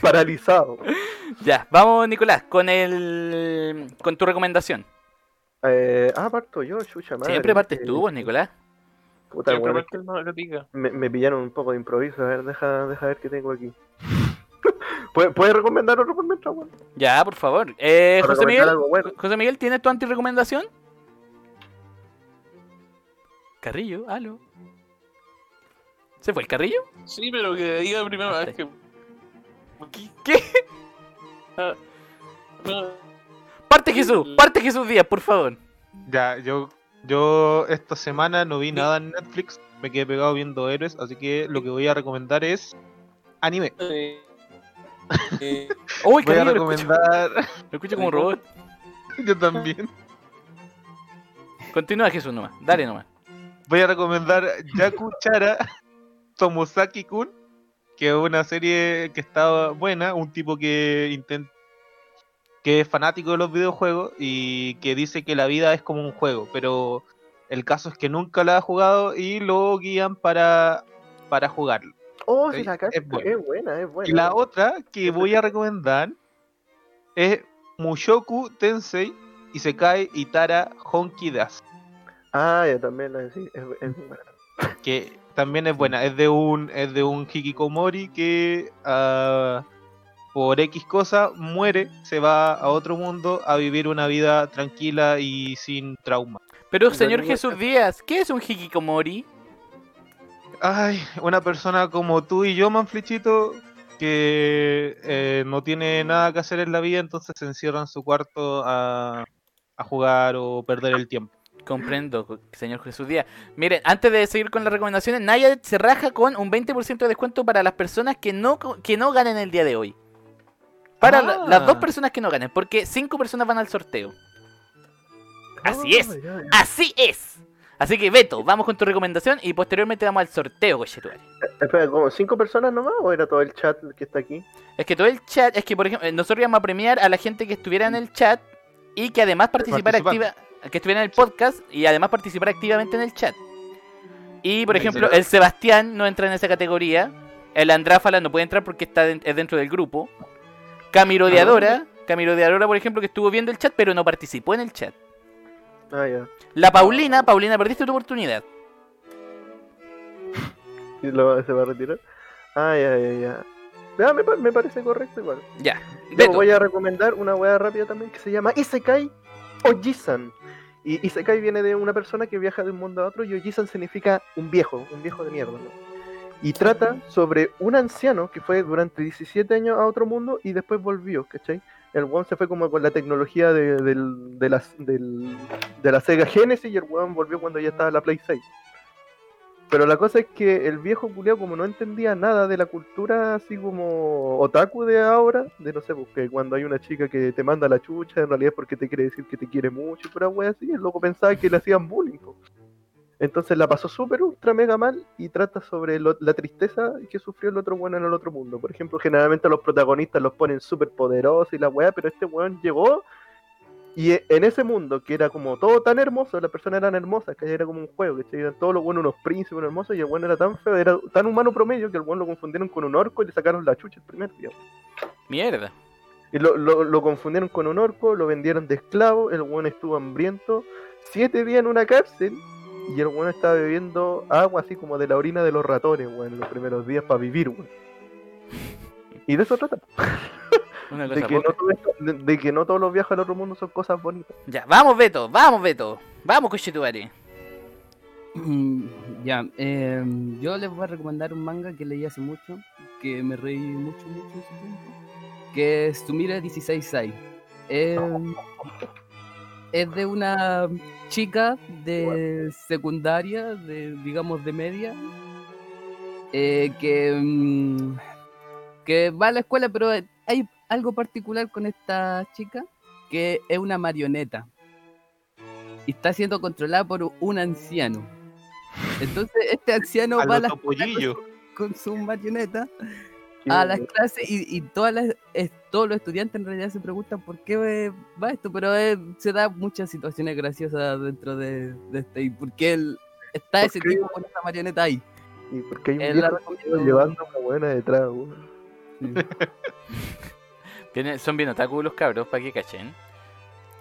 B: paralizado.
A: Ya, vamos, Nicolás, con el. con tu recomendación.
B: Eh, ah, parto yo, chucha madre.
A: Siempre partes
B: Eh,
A: tú, vos, Nicolás.
B: puta,
E: Siempre
B: bueno,
E: parte el más gatica.
B: me, me pillaron un poco de improviso. A ver, deja, deja ver qué tengo aquí. ¿Puedes puede recomendar otro por mientras, weón?
A: Ya, por favor. Eh,
B: Para
A: José
B: recomendar
A: Miguel,
B: algo bueno.
A: José Miguel, ¿tienes tu antirecomendación? Carrillo, aló. ¿Se fue el carrillo?
E: Sí, pero que diga primero,
A: Hasta
E: es que.
A: ¿Qué?
E: Ah, no,
A: Parte Jesús,
C: Mm.
A: parte Jesús Díaz, por favor.
C: Ya, yo, yo esta semana no vi nada en Netflix, me quedé pegado viendo héroes, así que lo que voy a recomendar es anime.
E: eh, eh,
A: Uy,
C: Voy a
A: carrillo, lo escucho,
C: recomendar.
A: lo escucho como un robot.
C: yo también.
A: Continúa Jesús nomás, dale nomás.
C: Voy a recomendar Yaku Chara Tomosaki Kun, que es una serie que está buena, un tipo que intenta que es fanático de los videojuegos y que dice que la vida es como un juego, pero el caso es que nunca la ha jugado y lo guían para, para jugarlo.
B: Oh,
C: Sí,
B: si la cacha.
C: es
B: Es,
C: bueno.
B: buena, es buena.
C: Y la otra que voy a recomendar es Mushoku Tensei Isekai Itara Honki Das,
B: Ah, ya también la sí, es, es buena.
C: que también es buena, es de un es de un hikikomori que ah, por X cosa, muere, se va a otro mundo a vivir una vida tranquila y sin trauma.
A: Pero
B: Pero
A: señor
B: no-
A: Jesús Díaz, ¿qué es un hikikomori?
C: Ay, una persona como tú y yo, Manflichito, que eh, no tiene nada que hacer en la vida, entonces se encierra en su cuarto a, a jugar o perder el tiempo.
A: Comprendo, co- señor Jesús Díaz. Miren, antes de seguir con las recomendaciones, Naya se raja con un 20% de descuento para las personas que no, co- que no ganen el día de hoy. Para la- las dos
C: Ah.
A: personas que no ganen, porque cinco personas van al sorteo. Así
B: Ah,
A: es.
B: ya, ya.
A: Así es. Así que Beto, vamos con tu recomendación y posteriormente vamos al sorteo, Goyetuari.
B: Espera, ¿como cinco personas nomás o era todo el chat que está aquí?
A: Es que todo el chat, es que por ejemplo, eh, nosotros íbamos a premiar a la gente que estuviera en el chat y que
B: Eh,
A: además participara
C: Participante.
A: activa, que estuviera en el podcast y además participara activamente en el chat. Y por
C: Ahí
A: ejemplo,
C: será.
A: el Sebastián no entra en esa categoría, el Andráfala no puede entrar porque está den- es dentro del grupo.
B: Ah,
A: Camirodeadora, Camirodeadora por ejemplo que estuvo viendo el chat pero no participó en el chat.
B: Ah, ya.
A: La Paulina, Paulina perdiste tu oportunidad.
B: ¿Y lo, se va a retirar? Ah, ya, ya, ya. Ya, me, pa- me parece correcto igual.
A: Ya.
B: Yo
A: Beto.
B: voy a recomendar una weá rápida también que se llama Isekai Ojisan. Y Isekai viene de una persona que viaja de un mundo a otro y Ojisan significa un viejo, un viejo de mierda. ¿no? Y trata sobre un anciano que fue durante 17 años a otro mundo y después volvió, ¿cachai? El weón se fue como con la tecnología de, del- de las- del- de la Sega Genesis y el weón volvió cuando ya estaba la Play 6. Pero la cosa es que el viejo culiao, como no entendía nada de la cultura así como otaku de ahora, de no sé, porque cuando hay una chica que te manda la chucha, en realidad es porque te quiere decir que te quiere mucho y pura wea así, el loco pensaba que le hacían bullying. po. Entonces la pasó súper ultra mega mal y trata sobre lo- la tristeza que sufrió el otro weón en el otro mundo. Por ejemplo, generalmente a los protagonistas los ponen súper poderosos y la weá, pero este weón llegó y e- en ese mundo, que era como todo tan hermoso, las personas eran hermosas, que era como un juego, que eran todos los buenos unos príncipes, unos hermosos, y el bueno era tan feo, era tan humano promedio que el bueno lo confundieron con un orco y le sacaron la chucha el primer día.
A: Mierda.
B: Y lo, lo- lo confundieron con un orco, lo vendieron de esclavo, el buen estuvo hambriento, siete días en una cárcel, y el bueno estaba bebiendo agua así como de la orina de los ratones, weón, los primeros días para vivir, weón. Y de eso trata,
A: Una
B: de
A: cosa
B: que, no
A: poca.
B: todo esto- de- de que no todos los viajes al otro mundo son cosas bonitas.
A: Ya, vamos Beto, vamos Beto. Vamos Cochetuari.
D: Mm, Ya, em, yo les voy a recomendar un manga que leí hace mucho, que me reí mucho, mucho en su tiempo, que es Sumire 16 Sai. Em, es de una chica de secundaria, de, digamos de media, eh, que, mm, que va a la escuela, pero hay algo particular con esta chica, que es una marioneta y está siendo controlada por un anciano. Entonces este anciano
C: A
D: va a
C: lo
D: las
C: Topollillo.
D: con su marioneta a las clases y, y todas las, es- todos los estudiantes en realidad se preguntan por qué eh, va esto, pero eh, se da muchas situaciones graciosas dentro de, de este y por qué él está
B: ¿Por
D: ese
B: qué?
D: tipo con esa marioneta ahí.
B: Y porque hay un
D: Él la
B: viejo
D: recomiendo.
B: llevando una buena detrás, weón.
A: Tiene- son bien otaku los cabros, para que cachen.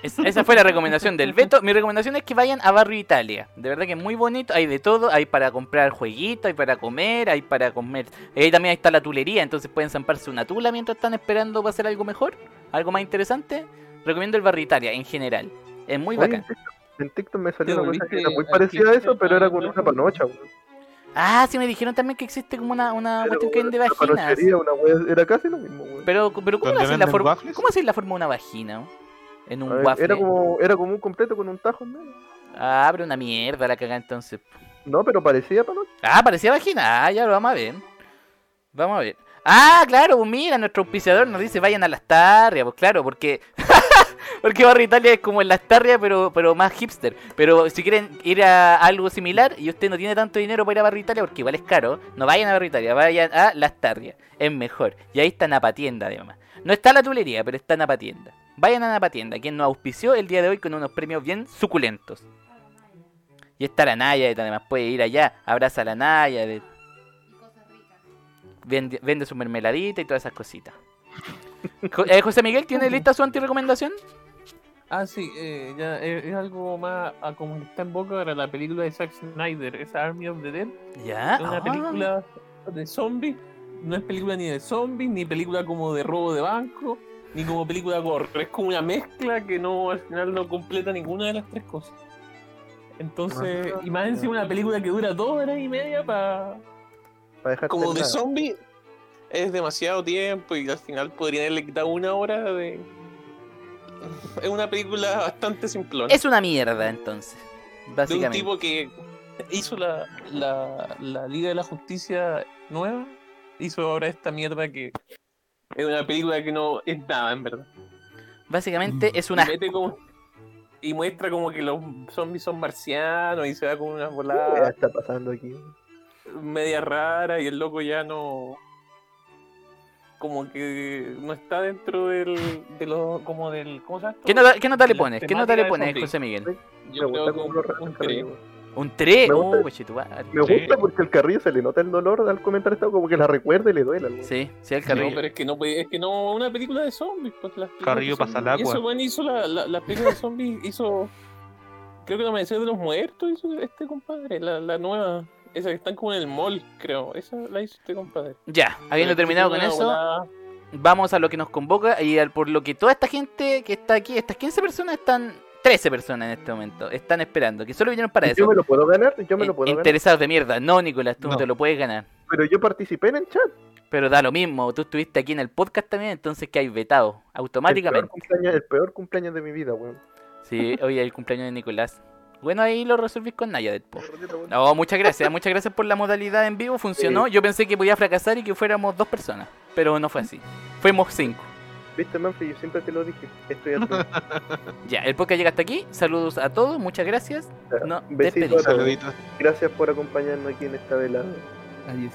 A: Es- esa fue la recomendación del Beto. Mi recomendación es que vayan a Barrio Italia. De verdad que es muy bonito. Hay de todo. Hay para comprar jueguitos, hay para comer, hay para comer. Y ahí también está la tulería. Entonces pueden zamparse una tula mientras están esperando para hacer algo mejor, algo más interesante. Recomiendo el Barrio Italia en general. Es muy
B: Oye,
A: bacán.
B: en TikTok- En TikTok me salió una cosa que era
E: volviste
B: muy parecida a eso,
E: artista
B: pero era con una
E: otaku.
B: panocha, weón.
A: Ah, sí, me dijeron también que existe como una, una
B: Era
A: cuestión Ah, que
B: como
A: vende
B: una
A: vaginas.
B: panochería, una wea- Era casi lo mismo, weón.
A: Pero, pero ¿cómo,
C: ¿Donde
A: hacen la
C: venden
A: forma,
C: waffles?
A: ¿cómo hacen la forma de una vagina? En un
B: A ver,
A: waffle.
B: Era como, era como un completo con un tajo, ¿no?
A: Ah, pero una mierda la cagada entonces.
B: No, pero parecía panocha.
A: Ah, parecía vagina. Ah, ya lo vamos a ver. Vamos a ver. Ah, claro, mira, nuestro auspiciador nos dice vayan a las tarrias, pues claro, porque porque Barrio Italia es como en las tarrias, pero pero más hipster. Pero si quieren ir a algo similar y usted no tiene tanto dinero para ir a Barrio Italia, porque igual es caro, no vayan a Barrio Italia, vayan a las tarrias, es mejor. Y ahí está Napatienda, además. No está la tulería, pero está Napatienda. Vayan a Napatienda, quien nos auspició el día de hoy con unos premios bien suculentos. Y está la Naya, y además puede ir allá, abraza a la Naya, de- vende, vende su mermeladita y todas esas cositas. Jo- eh, José Miguel, ¿tiene lista su antirecomendación?
E: Ah, sí, eh, ya, es, es algo más a como está en boca ahora la película de Zack Snyder, esa Army of the Dead.
A: Ya.
E: Es una
A: ah,
E: película de zombies no es película ni de zombies, ni película como de robo de banco, ni como película gore. Es como una mezcla que no al final no completa ninguna de las tres cosas. Entonces, y más encima una película que dura dos horas y media para
B: Para dejar
E: como de zombie es demasiado tiempo y al final podrían haberle quitado una hora de es una película bastante simplona
A: Es una mierda, entonces.
E: de un
A: Básicamente.
E: tipo que hizo la, la, la Liga de la Justicia nueva hizo ahora esta mierda que es una película que no es nada en verdad
A: Básicamente es
E: Y
A: una.
E: mete como- y muestra como que los zombies son marcianos y se da con unas
B: ¿Qué
E: voladas
B: está pasando aquí?
E: media rara y el loco ya no como que no está dentro del de lo como del ¿cómo se llama esto?
A: ¿Qué nota, qué nota le
E: La
A: pones? ¿Qué nota le
E: temática de
A: pones,
E: zombie.
A: José Miguel?
E: Yo
B: me
E: creo
B: gusta
E: que
B: cómo
E: un-
B: lo relata
E: un
B: el Carrillo.
A: ¿Un 3?
B: Me gusta-
A: Uh, cochetumare.
B: Me
E: Sí.
B: gusta porque el carrillo se le nota el dolor al comentar esto, como que la recuerda y le duele. algo.
A: Sí, sí, el
E: No,
A: carrillo.
E: pero es que no puede- es que no una película de zombies pues las películas
C: Carrillo
E: de
C: pasa el
E: zombies-
C: agua.
E: Eso bueno hizo la, la, la película de zombies hizo creo que la amanecer de los muertos hizo este compadre, la, la nueva, esa que están como en el mall, creo, esa la hizo este compadre.
A: Ya, habiendo
E: Pero
A: terminado con
E: tiene una
A: eso,
E: volada-
A: vamos a lo que nos convoca y al, por lo que toda esta gente que está aquí, estas 15 personas están. 13 personas en este momento, están esperando, que solo vinieron para
B: Yo
A: eso.
B: me lo puedo ganar, yo me lo puedo ganar.
A: Interesados de mierda. No, Nicolás, tú no
C: No.
A: te lo puedes ganar.
B: Pero yo participé en el chat.
A: Pero da lo mismo, tú estuviste aquí en el podcast también, entonces que hay vetado,
B: El peor,
A: automáticamente.
B: cumpleaños, el peor cumpleaños de mi vida, weón.
A: Sí, hoy es el cumpleaños de Nicolás. Bueno, ahí lo resolví con Nayadet, po. No, muchas gracias, muchas gracias por la modalidad en vivo, funcionó. Yo pensé que podía fracasar y que fuéramos dos personas, pero no fue así. Fuimos cinco.
B: Viste, Manfred, yo siempre te lo dije. Estoy atento.
A: Ya, el podcast llega hasta aquí. Saludos a todos, muchas gracias. No,
B: Besito a
A: despedimos.
B: todos.
C: Saluditos.
B: Gracias por acompañarnos aquí en esta velada.
D: Adiós.